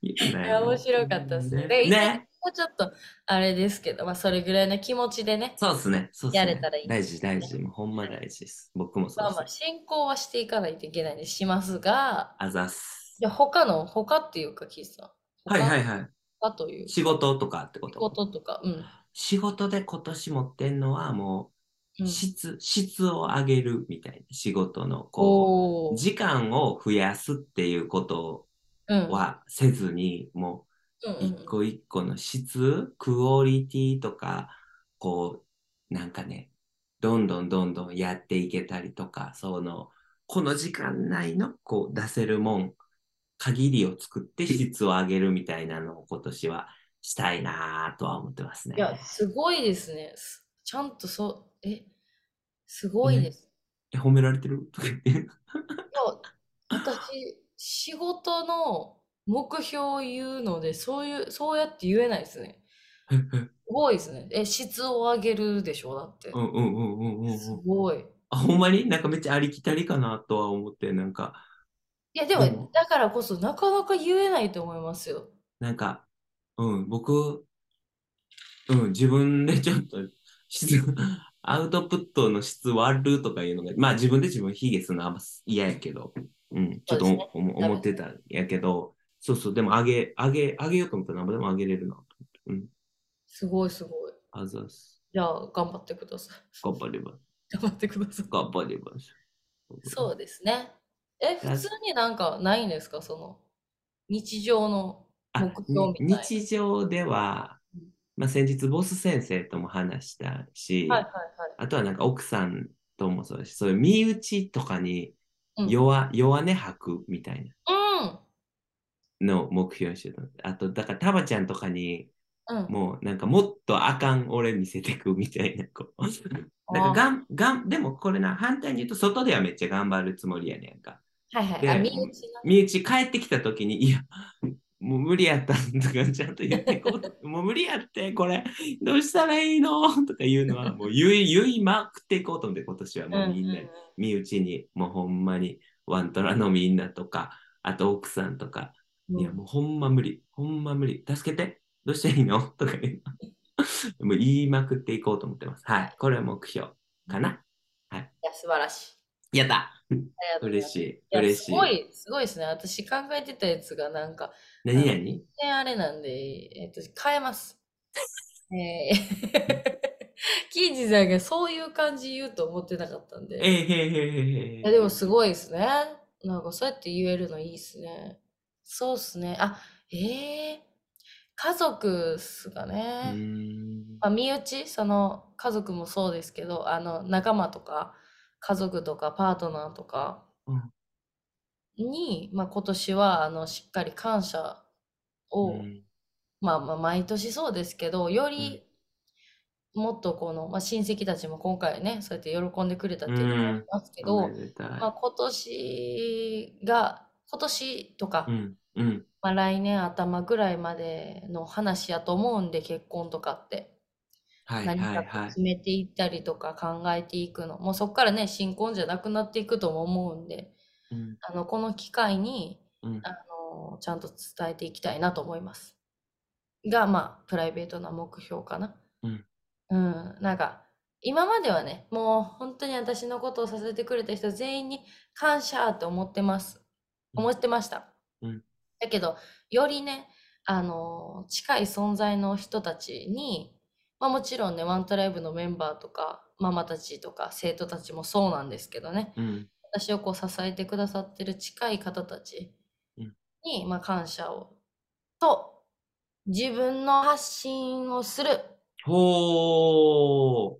[SPEAKER 1] いいよ
[SPEAKER 2] い
[SPEAKER 1] ね
[SPEAKER 2] や面白かったっすねで
[SPEAKER 1] ね。
[SPEAKER 2] もうちょっとあれですけど、まあ、それぐらいの気持ちでね
[SPEAKER 1] そうっすね。そうっすね
[SPEAKER 2] やれたらいい
[SPEAKER 1] 大事、大事。もうほんま大事です。僕もそう
[SPEAKER 2] まあ
[SPEAKER 1] です
[SPEAKER 2] まあ進行はしていかないといけないんでしますが
[SPEAKER 1] あざっす
[SPEAKER 2] い。や他の他っていうか岸さん
[SPEAKER 1] はいはいいはい。
[SPEAKER 2] 他という
[SPEAKER 1] 仕事とかってこ
[SPEAKER 2] 仕
[SPEAKER 1] と
[SPEAKER 2] 事とかうん、
[SPEAKER 1] 仕事で今年持ってんのはも
[SPEAKER 2] う、
[SPEAKER 1] うん質、質を上げるみたいな仕事のこ
[SPEAKER 2] お
[SPEAKER 1] う
[SPEAKER 2] お
[SPEAKER 1] 時間を増やすっていうこと
[SPEAKER 2] うん
[SPEAKER 1] はせずに、も
[SPEAKER 2] うん
[SPEAKER 1] う一個一個の質、クオリティとかこうなんかねどんどんどんどんやっていけたりとかそのこの時間内のこう出せるもん限りを作って質を上げるみたいなのを今年はしたいなぁとは思ってますね。
[SPEAKER 2] いやすごいですねすちゃんとそうえすごいです、
[SPEAKER 1] え褒められてるとか言って。
[SPEAKER 2] いや私仕事の目標を言うのでそういうそうやって言えないですねすごいですねえ質を上げるでしょだって
[SPEAKER 1] うんうんうんうんうんうん
[SPEAKER 2] すごい
[SPEAKER 1] あほんまになんかめっちゃありきたりかなとは思ってなんか
[SPEAKER 2] いやで
[SPEAKER 1] でも
[SPEAKER 2] もだからこそなかなか言えないと思いますよ
[SPEAKER 1] なんか、うん、僕、うん、自分でちょっと質、 アウトプットの質割るとかいうのが、まあ自分で自分卑下するのはあんま嫌やけど、うん、ちょっとお
[SPEAKER 2] そうです
[SPEAKER 1] おも思ってたんやけど、そうそう、でも上げ、上げ、上げようと思ったら何ぼでも上げれるなと思って。
[SPEAKER 2] すごいすごい
[SPEAKER 1] うん、あざっす。
[SPEAKER 2] じゃあ頑張ってください
[SPEAKER 1] 頑張れば、
[SPEAKER 2] 頑張ってください
[SPEAKER 1] 頑張れば。
[SPEAKER 2] そうですね。え、
[SPEAKER 1] だ
[SPEAKER 2] 普通になんかないんですかその日常の
[SPEAKER 1] あ
[SPEAKER 2] 目標みたい
[SPEAKER 1] 日常では、まあ、先日ボス先生とも話したし、
[SPEAKER 2] な。はいはい
[SPEAKER 1] あとはなんか奥さんともそうだし、そういう身内とかに
[SPEAKER 2] うん
[SPEAKER 1] 弱,、弱音吐くみたい
[SPEAKER 2] はい。
[SPEAKER 1] なのを目標にしてた。あと、だからタバちゃんとかに
[SPEAKER 2] うん。うん。
[SPEAKER 1] もうなんかもっとあかん俺見せてくみたいなこう。なんかがん、がん、でもこれな、反対に言うと外ではめっちゃ頑張るつもりやねんか。
[SPEAKER 2] はいはい。
[SPEAKER 1] で
[SPEAKER 2] あ、身内の。
[SPEAKER 1] 身内帰ってきた時に、いや、もう無理やったんとかちゃんと言ってこう。 もう無理やって、これ、どうしたらいいのとかいうのはもう言い、言いまくっていこうと思って今年は
[SPEAKER 2] うん
[SPEAKER 1] もうみんなに
[SPEAKER 2] うんうん
[SPEAKER 1] 身内にもうほんまにワントラのみんなとかあと奥さんとか、
[SPEAKER 2] うん
[SPEAKER 1] いやもうほんま無理ほんま無理助けてどうしたらいいの とか言う もう言いまくっていこうと思ってますはいこれは目標かな
[SPEAKER 2] うんいや、素晴らしい。
[SPEAKER 1] や った
[SPEAKER 2] ありがとうございま
[SPEAKER 1] 嬉
[SPEAKER 2] す
[SPEAKER 1] しい
[SPEAKER 2] や
[SPEAKER 1] 嬉し
[SPEAKER 2] す
[SPEAKER 1] い
[SPEAKER 2] ごい、すごいですね。私考えてたやつがなんか、
[SPEAKER 1] 何何
[SPEAKER 2] 全然あれなんで、えっと、変えます。えー、 キージさんがそういう感じ言うと思ってなかったん
[SPEAKER 1] えー、
[SPEAKER 2] で。
[SPEAKER 1] へーへーへーへ
[SPEAKER 2] い
[SPEAKER 1] ー
[SPEAKER 2] やでもすごいですね。なんかそうやって言えるのいいですね。そうですね。あ、ええ家族っすか
[SPEAKER 1] う
[SPEAKER 2] ね。
[SPEAKER 1] ーん
[SPEAKER 2] まあ、身内、その家族もそうですけど、あの仲間とか家族とかパートナーとか
[SPEAKER 1] うん
[SPEAKER 2] に、まあ、今年はあのしっかり感謝
[SPEAKER 1] う
[SPEAKER 2] を、
[SPEAKER 1] ん
[SPEAKER 2] まあまあ毎年そうですけど、よりもっとこの、まあ、親戚たちも今回ね、そうやって喜んでくれたっていうのもありますけど、
[SPEAKER 1] おめでたい
[SPEAKER 2] まあ、今年が今年とか、
[SPEAKER 1] うんうん
[SPEAKER 2] まあ、来年頭ぐらいまでの話やと思うんで結婚とかって
[SPEAKER 1] はいはい
[SPEAKER 2] 何か
[SPEAKER 1] は
[SPEAKER 2] 決めていったりとか考えていくの、もうそこからね新婚じゃなくなっていくとも思うんで
[SPEAKER 1] い、うん
[SPEAKER 2] あのこの機会に
[SPEAKER 1] うん、
[SPEAKER 2] あのちゃんと伝えていきたいなと思いますがまあプライベートな目標かな
[SPEAKER 1] うん、
[SPEAKER 2] うん、なんか今まではねもう本当に私のことをさせてくれた人全員に感謝って思ってます
[SPEAKER 1] うん
[SPEAKER 2] 思ってました、
[SPEAKER 1] うん
[SPEAKER 2] だけどよりねあのー近い存在の人たちに、まあ、もちろんねワントライブのメンバーとかママたちとか生徒たちもそうなんですけどね
[SPEAKER 1] うん
[SPEAKER 2] 私をこう支えてくださってる近い方たち
[SPEAKER 1] うん
[SPEAKER 2] に、まあ、感謝をと自分の発信をする
[SPEAKER 1] ほー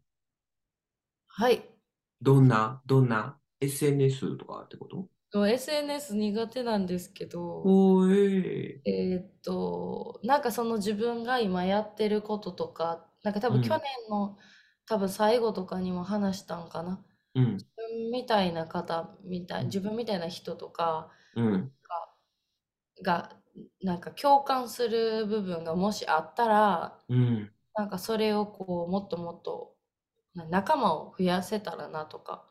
[SPEAKER 2] はい
[SPEAKER 1] どんなどんな SNS とかってこと
[SPEAKER 2] と SNS 苦手なんですけど、
[SPEAKER 1] おーえ
[SPEAKER 2] えーっと、なんかその自分が今やってることとか、なんか多
[SPEAKER 1] う
[SPEAKER 2] 分
[SPEAKER 1] ん
[SPEAKER 2] 去年の多分最後とかにも話したんかな。
[SPEAKER 1] ーうん、
[SPEAKER 2] 自分みたいな方みた
[SPEAKER 1] う
[SPEAKER 2] い、
[SPEAKER 1] ん
[SPEAKER 2] 自分みたいな人とか
[SPEAKER 1] うん、
[SPEAKER 2] が、なんか共感する部分がもしあったら、
[SPEAKER 1] うん、
[SPEAKER 2] なんかそれをこう、もっともっとな仲間を増やせたらなとか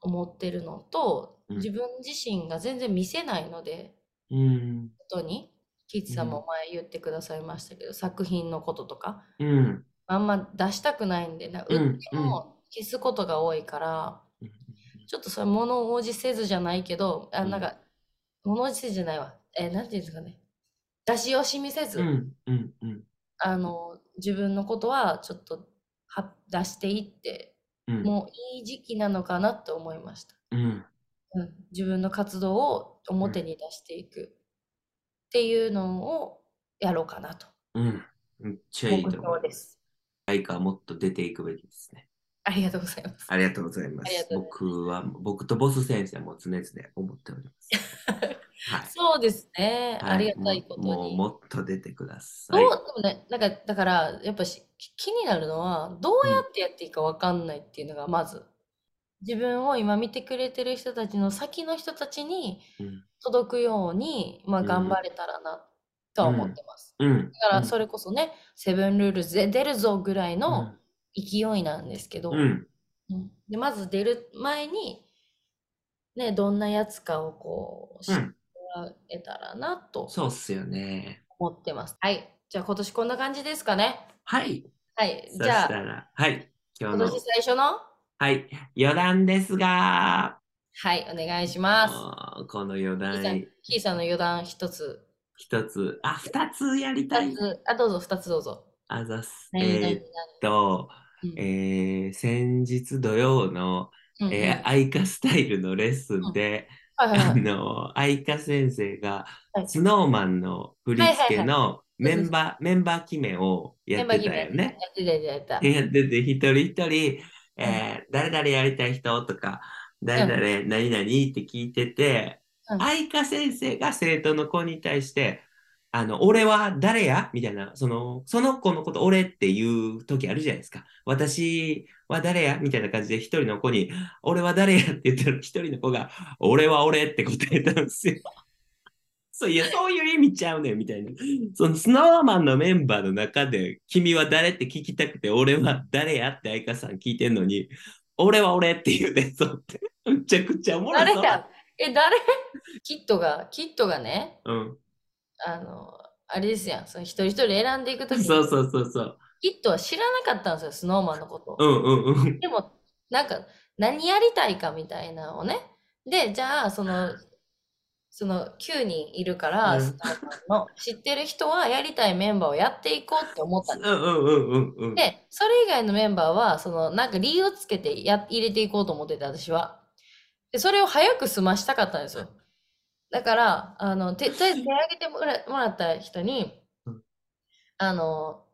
[SPEAKER 2] 思ってるのと、
[SPEAKER 1] うん
[SPEAKER 2] 自分自身が全然見せないので、
[SPEAKER 1] うん、
[SPEAKER 2] ことに、キッズさんも前言ってくださいましたけど、作品のこととか、
[SPEAKER 1] うん、
[SPEAKER 2] あんま出したくないんで、な
[SPEAKER 1] う
[SPEAKER 2] 売っ
[SPEAKER 1] ん
[SPEAKER 2] ても消すことが多いから、ちょっとそれ物応じせずじゃないけど、あ
[SPEAKER 1] うん
[SPEAKER 2] なんか、物応じせずじゃないわ。えーなんていうんですかね。出し惜しみせず、
[SPEAKER 1] うん、うん、うん、
[SPEAKER 2] あの、自分のことはちょっとは出していって、
[SPEAKER 1] うん、
[SPEAKER 2] もういい時期なのかなって思いました。
[SPEAKER 1] うん、
[SPEAKER 2] うん、自分の活動を表に出していくっていうのをやろうかなと。
[SPEAKER 1] うん、めっちゃ
[SPEAKER 2] 目
[SPEAKER 1] いいと思
[SPEAKER 2] 標
[SPEAKER 1] う。
[SPEAKER 2] です。
[SPEAKER 1] 愛花はもっと出ていくべきですね。
[SPEAKER 2] ありがとうございます。
[SPEAKER 1] ありがとうございま
[SPEAKER 2] ありが
[SPEAKER 1] す。
[SPEAKER 2] とう
[SPEAKER 1] 僕は、僕とボス先生も常々思っております。はい。
[SPEAKER 2] そうですね。
[SPEAKER 1] はい
[SPEAKER 2] ありがたいことに。
[SPEAKER 1] もうもうもっと出てくださ
[SPEAKER 2] どう、
[SPEAKER 1] い。
[SPEAKER 2] でもね、なんか、だから、やっぱし、気になるのは、どうやってやっていいかわかんないっていうのが、まず、自分を今見てくれてる人たちの先の人たちに
[SPEAKER 1] うん
[SPEAKER 2] 届くように、まあ、
[SPEAKER 1] うん
[SPEAKER 2] 頑張れたらな、とは思ってます。
[SPEAKER 1] うん。
[SPEAKER 2] だから、それこそね、セブンルールズ出るぞぐらいの
[SPEAKER 1] の、
[SPEAKER 2] 勢いなんですけど、
[SPEAKER 1] うん。
[SPEAKER 2] うんで、まず出る前に、ね、どんなやつかをこう、知
[SPEAKER 1] う
[SPEAKER 2] って
[SPEAKER 1] ん。
[SPEAKER 2] もらえたらなと
[SPEAKER 1] そうっすよね。
[SPEAKER 2] 思ってます。はい。じゃあ、今年こんな感じですかね。
[SPEAKER 1] はい。
[SPEAKER 2] はい、
[SPEAKER 1] そし
[SPEAKER 2] じゃ
[SPEAKER 1] た
[SPEAKER 2] あ、
[SPEAKER 1] ら、はい。今日
[SPEAKER 2] 今
[SPEAKER 1] の
[SPEAKER 2] 年、最初の、
[SPEAKER 1] はい。余談ですが、
[SPEAKER 2] はい、お願いします。
[SPEAKER 1] もうこの余
[SPEAKER 2] キーさん
[SPEAKER 1] 談、、
[SPEAKER 2] キーさんの余談一つ、
[SPEAKER 1] 一つ、あ、二つやりた
[SPEAKER 2] 二
[SPEAKER 1] い。
[SPEAKER 2] つ、あ、どうぞ、二つどうぞ。
[SPEAKER 1] あざっす。え
[SPEAKER 2] 何々
[SPEAKER 1] ーっと、
[SPEAKER 2] 何々
[SPEAKER 1] えー先日土曜の、
[SPEAKER 2] うんうんうん
[SPEAKER 1] えー、アイカスタイルのレッスンで、
[SPEAKER 2] はいはい
[SPEAKER 1] あ
[SPEAKER 2] はい
[SPEAKER 1] の、愛花先生が
[SPEAKER 2] は、い
[SPEAKER 1] スノーマンの振り付けのメンバー、メンバー決めをや
[SPEAKER 2] メ
[SPEAKER 1] っ
[SPEAKER 2] ンバー
[SPEAKER 1] てた
[SPEAKER 2] 決め
[SPEAKER 1] よね。
[SPEAKER 2] やってたやってた。
[SPEAKER 1] やってて、一人一人、えー誰々やりたい人とか、誰々何々って聞いてて
[SPEAKER 2] う、ん
[SPEAKER 1] 愛花先生が生徒の子に対して、あの、俺は誰やみたいな、その、その子のこと俺っていう時あるじゃないですか。私は誰やみたいな感じで一人の子に、俺は誰やって言ったら一人の子が、俺は俺って答えたんですよ。そういや、そういう意味ちゃうねんみたいな。そのスノーマンのメンバーの中で、君は誰って聞きたくて、俺は誰やって愛花さん聞いてんのに、俺は俺って言うねんぞって。むちゃくちゃおもろ
[SPEAKER 2] 誰
[SPEAKER 1] そう。
[SPEAKER 2] だえ、誰キットが、キットがね、
[SPEAKER 1] うん。
[SPEAKER 2] あの、あれですやん、その一人一人選んでいくときに、
[SPEAKER 1] そうそうそうそう。
[SPEAKER 2] キットは知らなかったんですよ、スノーマンのことを。
[SPEAKER 1] うんうんうん。
[SPEAKER 2] でも、なんか、何やりたいかみたいなのをね。で、じゃあ、その、その9人いるから、
[SPEAKER 1] うん
[SPEAKER 2] スタートの知ってる人はやりたいメンバーをやっていこうって思ったんで
[SPEAKER 1] うんうんうんうんうん。
[SPEAKER 2] で、それ以外のメンバーは、その、なんか理由をつけてや入れていこうと思ってて、私は。で、それを早く済ましたかったんですよ。だから、あの、て、とりあえず手挙げてもらもらった人に
[SPEAKER 1] うん、
[SPEAKER 2] あの、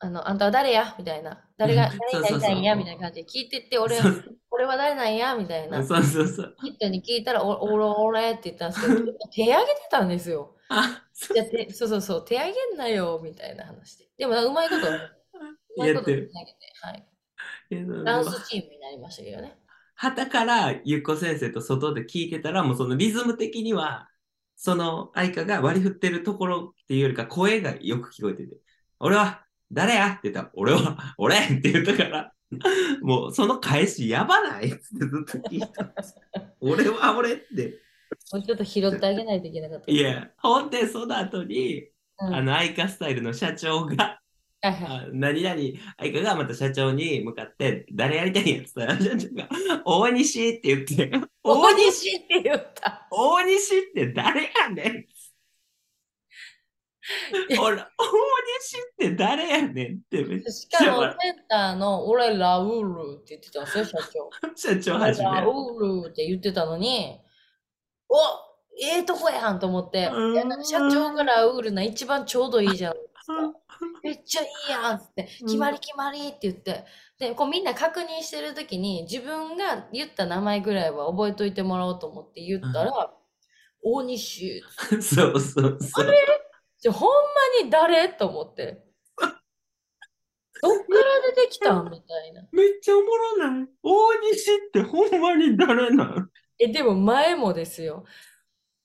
[SPEAKER 2] あの、あんたは誰やみたいな。誰が、誰になりたいんや
[SPEAKER 1] そうそうそう
[SPEAKER 2] みたいな感じで聞いてって、俺
[SPEAKER 1] そ
[SPEAKER 2] は、
[SPEAKER 1] う
[SPEAKER 2] 俺は誰なんやみたいな。
[SPEAKER 1] そうそうそう。
[SPEAKER 2] ヒットに聞いたら、お、おろおれって言ったんですけ ど、手挙げてたんですよ。
[SPEAKER 1] あ、そう
[SPEAKER 2] いやてそうそうそう、手挙げんなよ、みたいな話で。でも、うまいこと、うまい
[SPEAKER 1] や
[SPEAKER 2] こ
[SPEAKER 1] っ
[SPEAKER 2] と
[SPEAKER 1] て
[SPEAKER 2] 手挙げ
[SPEAKER 1] る。
[SPEAKER 2] て、はい。
[SPEAKER 1] いやそう
[SPEAKER 2] ダンスチームになりましたけどね。
[SPEAKER 1] 旗からゆっこ先生と外で聞いてたらもうそのリズム的にはその愛花が割り振ってるところっていうよりか声がよく聞こえてて「俺は誰や?」って言ったら「俺は俺!」って言ったからもうその返しやばないっつってずっと聞いたんです俺は俺って
[SPEAKER 2] もうちょっと拾ってあげないといけなかった。
[SPEAKER 1] いやほんでその後に
[SPEAKER 2] うん、
[SPEAKER 1] あ
[SPEAKER 2] はい
[SPEAKER 1] の愛花スタイルの社長が
[SPEAKER 2] はい。
[SPEAKER 1] あ何々、相川がまた社長に向かって、誰やりたいんやって言ったら、社長が、大西って言って、大
[SPEAKER 2] 大
[SPEAKER 1] 西、
[SPEAKER 2] 西って言った。
[SPEAKER 1] 大西って誰やねん
[SPEAKER 2] いや
[SPEAKER 1] 俺、大西って誰やねんってめっち
[SPEAKER 2] しかも、センターの俺、ラウールって言ってたんですよ、社
[SPEAKER 1] ゃ社
[SPEAKER 2] 長。
[SPEAKER 1] 長
[SPEAKER 2] 俺
[SPEAKER 1] はじめ。
[SPEAKER 2] ラウールって言ってたのに、おええとこやんと思って、
[SPEAKER 1] うーん
[SPEAKER 2] 社長がラウールな一番ちょうどいいじゃん。めっちゃいいやんっつって、
[SPEAKER 3] うん
[SPEAKER 2] 決まり決まりって言って、で、こうみんな確認してる時に、自分が言った名前ぐらいは覚えといてもらおうと思って言ったら、大西っつって、
[SPEAKER 1] そうそうそう。
[SPEAKER 2] ちょほんまに誰と思って。どっから出てきたんみたいな。
[SPEAKER 1] めっちゃおもろない。大西ってほんまに誰なん
[SPEAKER 2] え、でも前もですよ。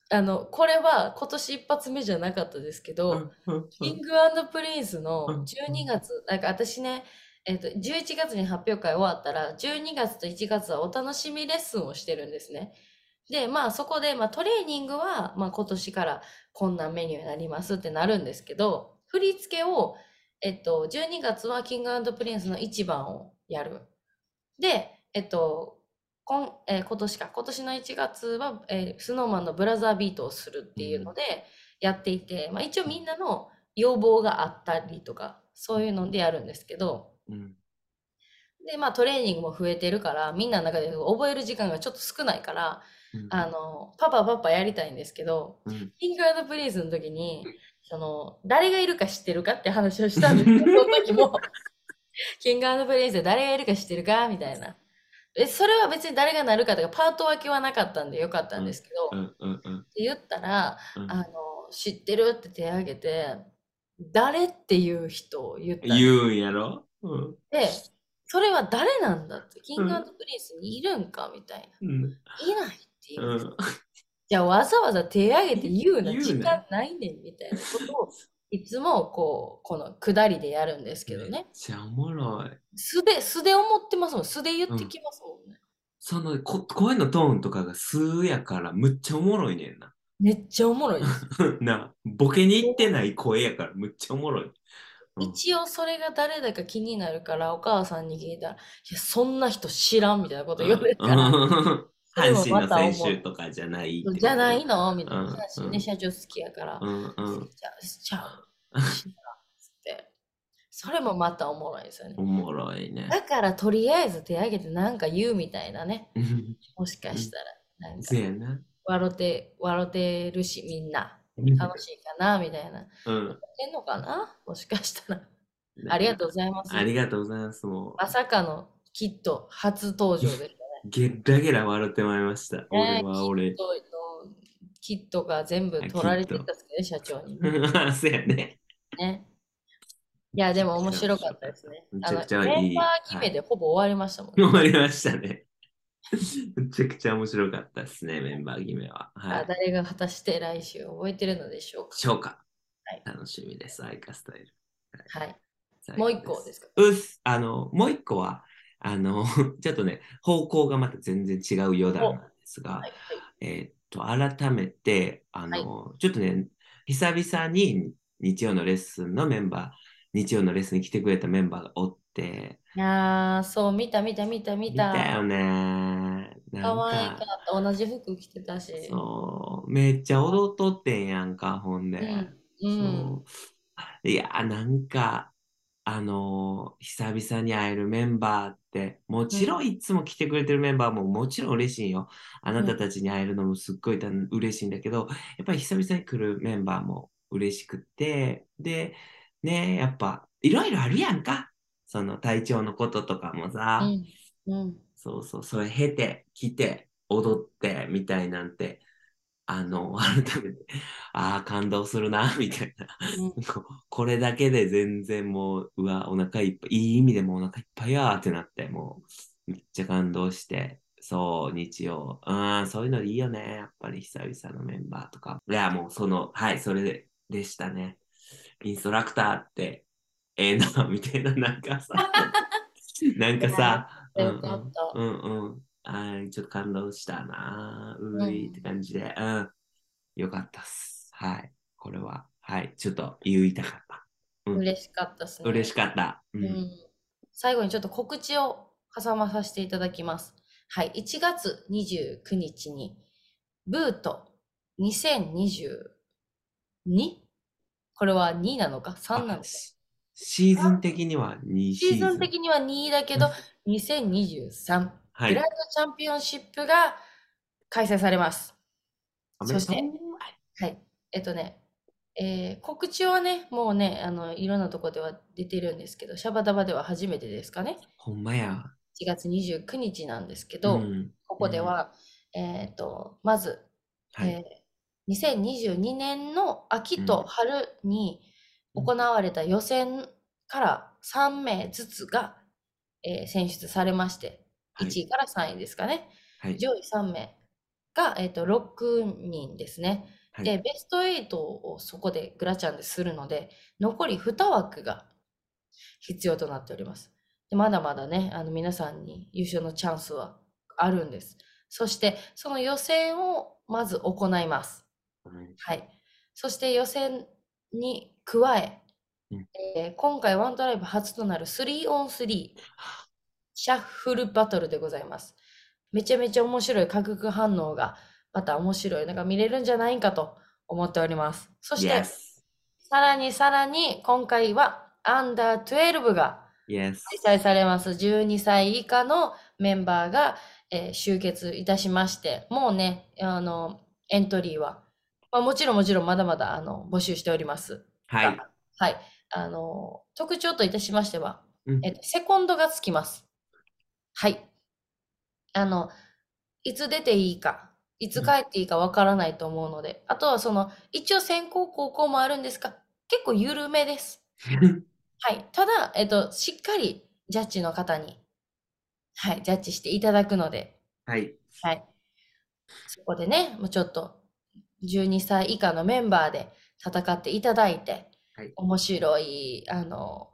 [SPEAKER 2] あの、これは今年一発目じゃなかったですけど、キングプリンスの
[SPEAKER 1] うん
[SPEAKER 2] 12月、なんか私ね、えっと、11月に発表会終わったら、12月と1月はお楽しみレッスンをしてるんですね。で、まあそこで、まあトレーニングは、まあ今年からこんなメニューになりますってなるんですけど、振り付けを、えっと、12月はキングプリンスの1番をやる。で、えっと、こんえー今年か、今年の1月は、えー、スノーマンのブラザービートをするっていうので、やっていて、まあ一応みんなの要望があったりとか、そういうのでやるんですけど、
[SPEAKER 1] うん
[SPEAKER 2] で、まあトレーニングも増えてるから、みんなの中で覚える時間がちょっと少ないから、
[SPEAKER 1] うん
[SPEAKER 2] あの、パパパパやりたいんですけど、
[SPEAKER 1] うん
[SPEAKER 2] キングプリンスの時に、その、誰がいるか知ってるかって話をしたん ですよ、その時も。キングプリンスで誰がいるか知ってるかみたいな。え、それは別に誰がなるかとか、パート分けはなかったんでよかったんですけど、
[SPEAKER 1] う
[SPEAKER 2] っ
[SPEAKER 1] んうんうん
[SPEAKER 2] て言ったら、
[SPEAKER 1] うん
[SPEAKER 2] あの、知ってるって手挙げて、誰っていう人を言ったん
[SPEAKER 1] 言うんやろうん
[SPEAKER 2] で、それは誰なんだって、キン
[SPEAKER 1] う
[SPEAKER 2] グ
[SPEAKER 1] ん
[SPEAKER 2] プリンスにいるんかみたいな。
[SPEAKER 1] うん
[SPEAKER 2] いないって言
[SPEAKER 1] う
[SPEAKER 2] うんです
[SPEAKER 1] ん
[SPEAKER 2] じゃあわざわざ手挙げて言うな、
[SPEAKER 1] 言うな
[SPEAKER 2] 時間ないねんみたいなことを、いつもこう、この下りでやるんですけど
[SPEAKER 1] めっ
[SPEAKER 2] ね。
[SPEAKER 1] ちゃおもろい。
[SPEAKER 2] 素で、素で思ってますもん。素で言ってきますもんね。
[SPEAKER 1] そのこ声のトーンとかが素やからむっちゃおもろいねんな。
[SPEAKER 2] めっちゃおもろいです。
[SPEAKER 1] な、ボケに行ってない声やからむっちゃおもろい。うん
[SPEAKER 2] 一応それが誰だか気になるから、お母さんに聞いたら、いや、そんな人知らんみたいなこと言われるから、
[SPEAKER 1] うん
[SPEAKER 2] で
[SPEAKER 1] 阪
[SPEAKER 2] も
[SPEAKER 1] 神
[SPEAKER 2] ま
[SPEAKER 1] の
[SPEAKER 2] た思う
[SPEAKER 1] 選手とかじゃないってこと。
[SPEAKER 2] じゃないのみたい
[SPEAKER 1] うん
[SPEAKER 2] な話
[SPEAKER 1] う
[SPEAKER 2] ね、
[SPEAKER 1] ん
[SPEAKER 2] 社長好きやから
[SPEAKER 1] う、んうん。
[SPEAKER 2] じゃあしちゃう。しちゃうつって。それもまたおもろいですよね。
[SPEAKER 1] おもろいね。
[SPEAKER 2] だからとりあえず手挙げてなんか言うみたいなね。もしかしたら、なんか
[SPEAKER 1] そうやな。
[SPEAKER 2] 笑って、笑ってるし、みんな。楽しいかなみたいな。
[SPEAKER 1] うん。
[SPEAKER 2] てんのかなもしかしたら。ありがとうございます。
[SPEAKER 1] ありがとうございます。も
[SPEAKER 2] まさかのきっと初 登場です。
[SPEAKER 1] う、ゲラゲラ笑ってまいりました。俺は俺。
[SPEAKER 2] キットが全部取られてたんですけど、社長に。
[SPEAKER 1] そうやね。
[SPEAKER 2] ね。いや、でも面白かったですね。
[SPEAKER 1] め
[SPEAKER 2] あ
[SPEAKER 1] ちゃ
[SPEAKER 2] の
[SPEAKER 1] くちゃいい
[SPEAKER 2] メンバー決めでほぼ終わりましたもんね。
[SPEAKER 1] 終わりましたね。めちゃくちゃ面白かったですね、メンバー決めは。は
[SPEAKER 2] あ
[SPEAKER 1] い。
[SPEAKER 2] 誰が果たして来週覚えてるのでしょうか。
[SPEAKER 1] 消化。
[SPEAKER 2] はい
[SPEAKER 1] 楽しみです、アイカスタイル。
[SPEAKER 2] はい。
[SPEAKER 1] 最
[SPEAKER 2] も
[SPEAKER 1] 後
[SPEAKER 2] う一個ですか。
[SPEAKER 1] うっす。あの、もう一個は、あの、 ちょっとね、方向がまた全然違う余談なんですが、
[SPEAKER 2] はい。
[SPEAKER 1] えーっと、改めて、あの、ちょっとね、久々に日曜のレッスンのメンバー、日曜のレッスンに来てくれたメンバーがおって、
[SPEAKER 2] いやー、そう、見た見た見た見
[SPEAKER 1] 見た
[SPEAKER 2] た。
[SPEAKER 1] よね。なん
[SPEAKER 2] かわいかった。同じ服着てたし。
[SPEAKER 1] そう、めっちゃ踊っとってんやんか、ほんで。
[SPEAKER 2] うんうん。
[SPEAKER 1] そういやー、なんか、あのー久々に会えるメンバーって、もちろんいつも来てくれてるメンバーももちろん嬉しいんよ。あなたたちに会えるのもすっごいた嬉しいんだけど、やっぱり久々に来るメンバーも嬉しくって、で、ね、やっぱ、いろいろあるやんか。その体調のこととかもさ、
[SPEAKER 2] うん。うん。
[SPEAKER 1] そうそう、それ経て、来て、踊って、みたいなんて、あの、改めて、ああ、感動するな、みたいな。
[SPEAKER 2] う
[SPEAKER 1] ここれだけで全然もう、うわ、お腹いっぱい、いい意味でもうお腹いっぱいやーってなって、もう、めっちゃ感動して、そう、日曜。うん、そういうのいいよね。やっぱり久々のメンバーとか。いや、もうその、はい、それででしたね。インストラクターって、ええな、みたいな、なんか さ、なんかさ、うん
[SPEAKER 2] よかっ
[SPEAKER 1] う
[SPEAKER 2] た。
[SPEAKER 1] んうん。はい、ちょっと感動したな。う
[SPEAKER 2] う
[SPEAKER 1] い
[SPEAKER 2] ん
[SPEAKER 1] って感じで。うん。よかったっす。はい。これは、はい。ちょっと言いたかった。うん
[SPEAKER 2] 嬉しかったですね。
[SPEAKER 1] 嬉しかった。う。
[SPEAKER 2] うんん最後にちょっと告知を挟まさせていただきます。はい、1月29日に、ブート2022? これは2なのか ?3 なの
[SPEAKER 1] あ
[SPEAKER 2] か
[SPEAKER 1] しシーズン的には2シ
[SPEAKER 2] シ
[SPEAKER 1] ー
[SPEAKER 2] ー
[SPEAKER 1] ズン。
[SPEAKER 2] ズン的には2だけど、2023、
[SPEAKER 1] は
[SPEAKER 2] グラン
[SPEAKER 1] い。
[SPEAKER 2] ドチャンピオンシップが開催されます。
[SPEAKER 1] アメリ
[SPEAKER 2] そ
[SPEAKER 1] カ
[SPEAKER 2] して、はい、えっとね、えー告知はね、もうね、あの、いろんなとこでは出てるんですけど、シャバダバでは初めてですかね。
[SPEAKER 1] ほんまや。
[SPEAKER 2] 1月29日なんですけど、
[SPEAKER 1] ん、
[SPEAKER 2] ここでは、えっ、と、まず、
[SPEAKER 1] はい、
[SPEAKER 2] えー2022年の秋と春に
[SPEAKER 1] うん
[SPEAKER 2] 行われた予選から3名ずつが、えー選出されまして、
[SPEAKER 1] はい
[SPEAKER 2] 1位から3位ですかね。
[SPEAKER 1] はい
[SPEAKER 2] 上位3名が、えー、と6人ですね。
[SPEAKER 1] はい
[SPEAKER 2] で、ベスト8をそこでグラチャンでするので、残り2枠が必要となっております。でまだまだね、あの皆さんに優勝のチャンスはあるんです。そして、その予選をまず行います。
[SPEAKER 1] うん
[SPEAKER 2] はい。そして予選に加え、
[SPEAKER 1] うん
[SPEAKER 2] えー今回ワントライブ初となる 3on3 シャッフルバトルでございます。めちゃめちゃ面白い化学反応がまた面白いのが見れるんじゃないかと思っております。そして、
[SPEAKER 1] Yes.
[SPEAKER 2] さらにさらに今回はアンダー12が
[SPEAKER 1] Yes.
[SPEAKER 2] 開催されます12歳以下のメンバーが、えー集結いたしましてもうねあのエントリーは、まあ、もちろんもちろんまだまだあの募集しております
[SPEAKER 1] はい。
[SPEAKER 2] はいあの特徴といたしましては、
[SPEAKER 1] うん
[SPEAKER 2] えっと、セコンドがつきますはいあのいつ出ていいかいつ帰っていいかわからないと思うので、あとはその一応先行高校もあるんですが結構緩めですはい。ただ、えっと、しっかりジャッジの方に、はい、ジャッジしていただくので、
[SPEAKER 1] はい。
[SPEAKER 2] はい。そこでね、もうちょっと、12歳以下のメンバーで戦っていただいて、
[SPEAKER 1] はい
[SPEAKER 2] 面白い、あの、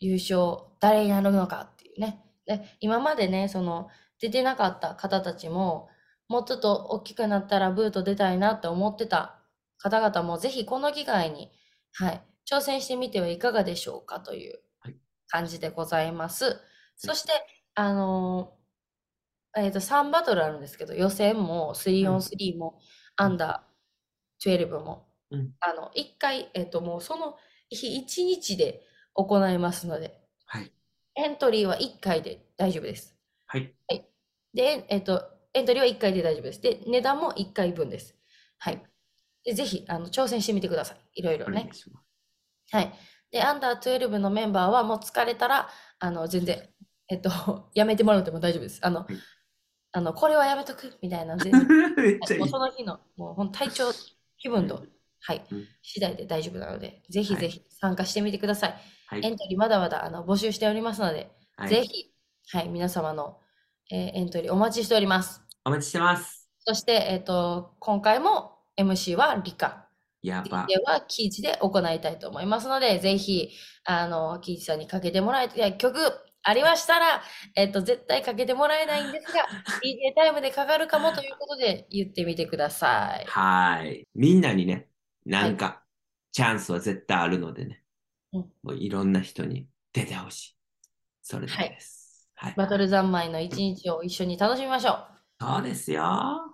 [SPEAKER 2] 優勝、誰になるのかっていうね。で、今までね、その、出てなかった方たちも、もうちょっと大きくなったらブート出たいなって思ってた方々も、ぜひこの機会に、はい、挑戦してみてはいかがでしょうかという
[SPEAKER 1] はい
[SPEAKER 2] 感じでございます。そして、あのーえー、と3バトルあるんですけど予選も 3on3 も、アンダー12も、
[SPEAKER 1] うん
[SPEAKER 2] あの1回、えー、ともうその日1日で行いますので
[SPEAKER 1] はい。
[SPEAKER 2] エントリーは1回で大丈夫です
[SPEAKER 1] はい。
[SPEAKER 2] で、えー、とエントリーは1回で大丈夫ですで値段も1回分ですはいでぜひあの挑戦してみてくださいいろいろ
[SPEAKER 1] お
[SPEAKER 2] ね、
[SPEAKER 1] 願いします
[SPEAKER 2] はい。で、アンダー12のメンバーはもう疲れたら、あの、全然、えっと、 やめてもらっても大丈夫です。あの、
[SPEAKER 1] い
[SPEAKER 2] あの、これはやめとくみ たいな、全然、
[SPEAKER 1] めっちゃいい
[SPEAKER 2] もう。その日の、もうほん体調、気分と、はい
[SPEAKER 1] うん、
[SPEAKER 2] 次第で大丈夫なので、ぜひ
[SPEAKER 1] はい
[SPEAKER 2] ぜひ参加してみてください。
[SPEAKER 1] は
[SPEAKER 2] エ
[SPEAKER 1] い。
[SPEAKER 2] ントリーまだまだあの募集しておりますので、
[SPEAKER 1] はい
[SPEAKER 2] ぜひ、はい、皆様の、えーエントリーお待ちしております。
[SPEAKER 1] お待ちしてます。
[SPEAKER 2] そして、えっと、今回も MC はリカ。
[SPEAKER 1] やば。
[SPEAKER 2] では、キーチで行いたいと思いますので、ぜひ、あの、キーチさんにかけてもらいたい曲ありましたら、えっと、絶対かけてもらえないんです が、DJ タイムでかかるかもということで言ってみてください。
[SPEAKER 1] はい。みんなにね、なんか、チャンスは絶対あるのでね、
[SPEAKER 2] うん
[SPEAKER 1] もういろんな人に出てほしい。それだけです。はい。
[SPEAKER 2] バトル三昧の一日を一緒に楽しみましょう。
[SPEAKER 1] そうですよ。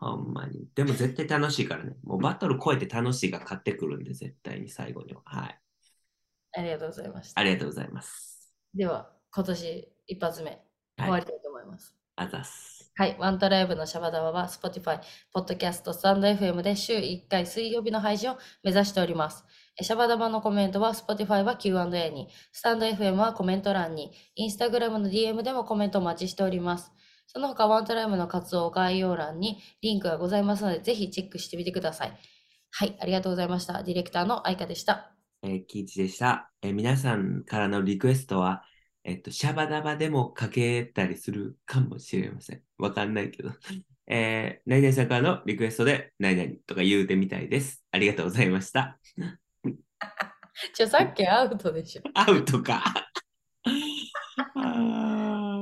[SPEAKER 1] ほんまに。でも絶対楽しいからね。もうバトル超えて楽しいが勝ってくるんで、絶対に最後には。はい。
[SPEAKER 2] ありがとうございました
[SPEAKER 1] あ。りがとうございます。
[SPEAKER 2] では、今年一発目、終わ
[SPEAKER 1] はい
[SPEAKER 2] り。たいと思います。
[SPEAKER 1] あざっす。
[SPEAKER 2] はい、ワントライブのシャバダバは Spotify、Podcast、スタンド FM で週1回水曜日の配信を目指しております。えシャバダバのコメントは Spotify は Q&A に、スタンド FM はコメント欄に、Instagram の DM でもコメントお待ちしております。その他ワントライブの活動概要欄にリンクがございますので、ぜひチェックしてみてください。はい、ありがとうございました。ディレクターの愛花でした。
[SPEAKER 1] えー、キイチでした。えー皆さんからのリクエストは、えっと、シャバダバでもかけたりするかもしれません。わかんないけど。 えー、何々さんからのリクエストで、何々とか言うてみたいです。ありがとうございました。
[SPEAKER 2] ちょ、さっきアウトでしょ。
[SPEAKER 1] アウトか。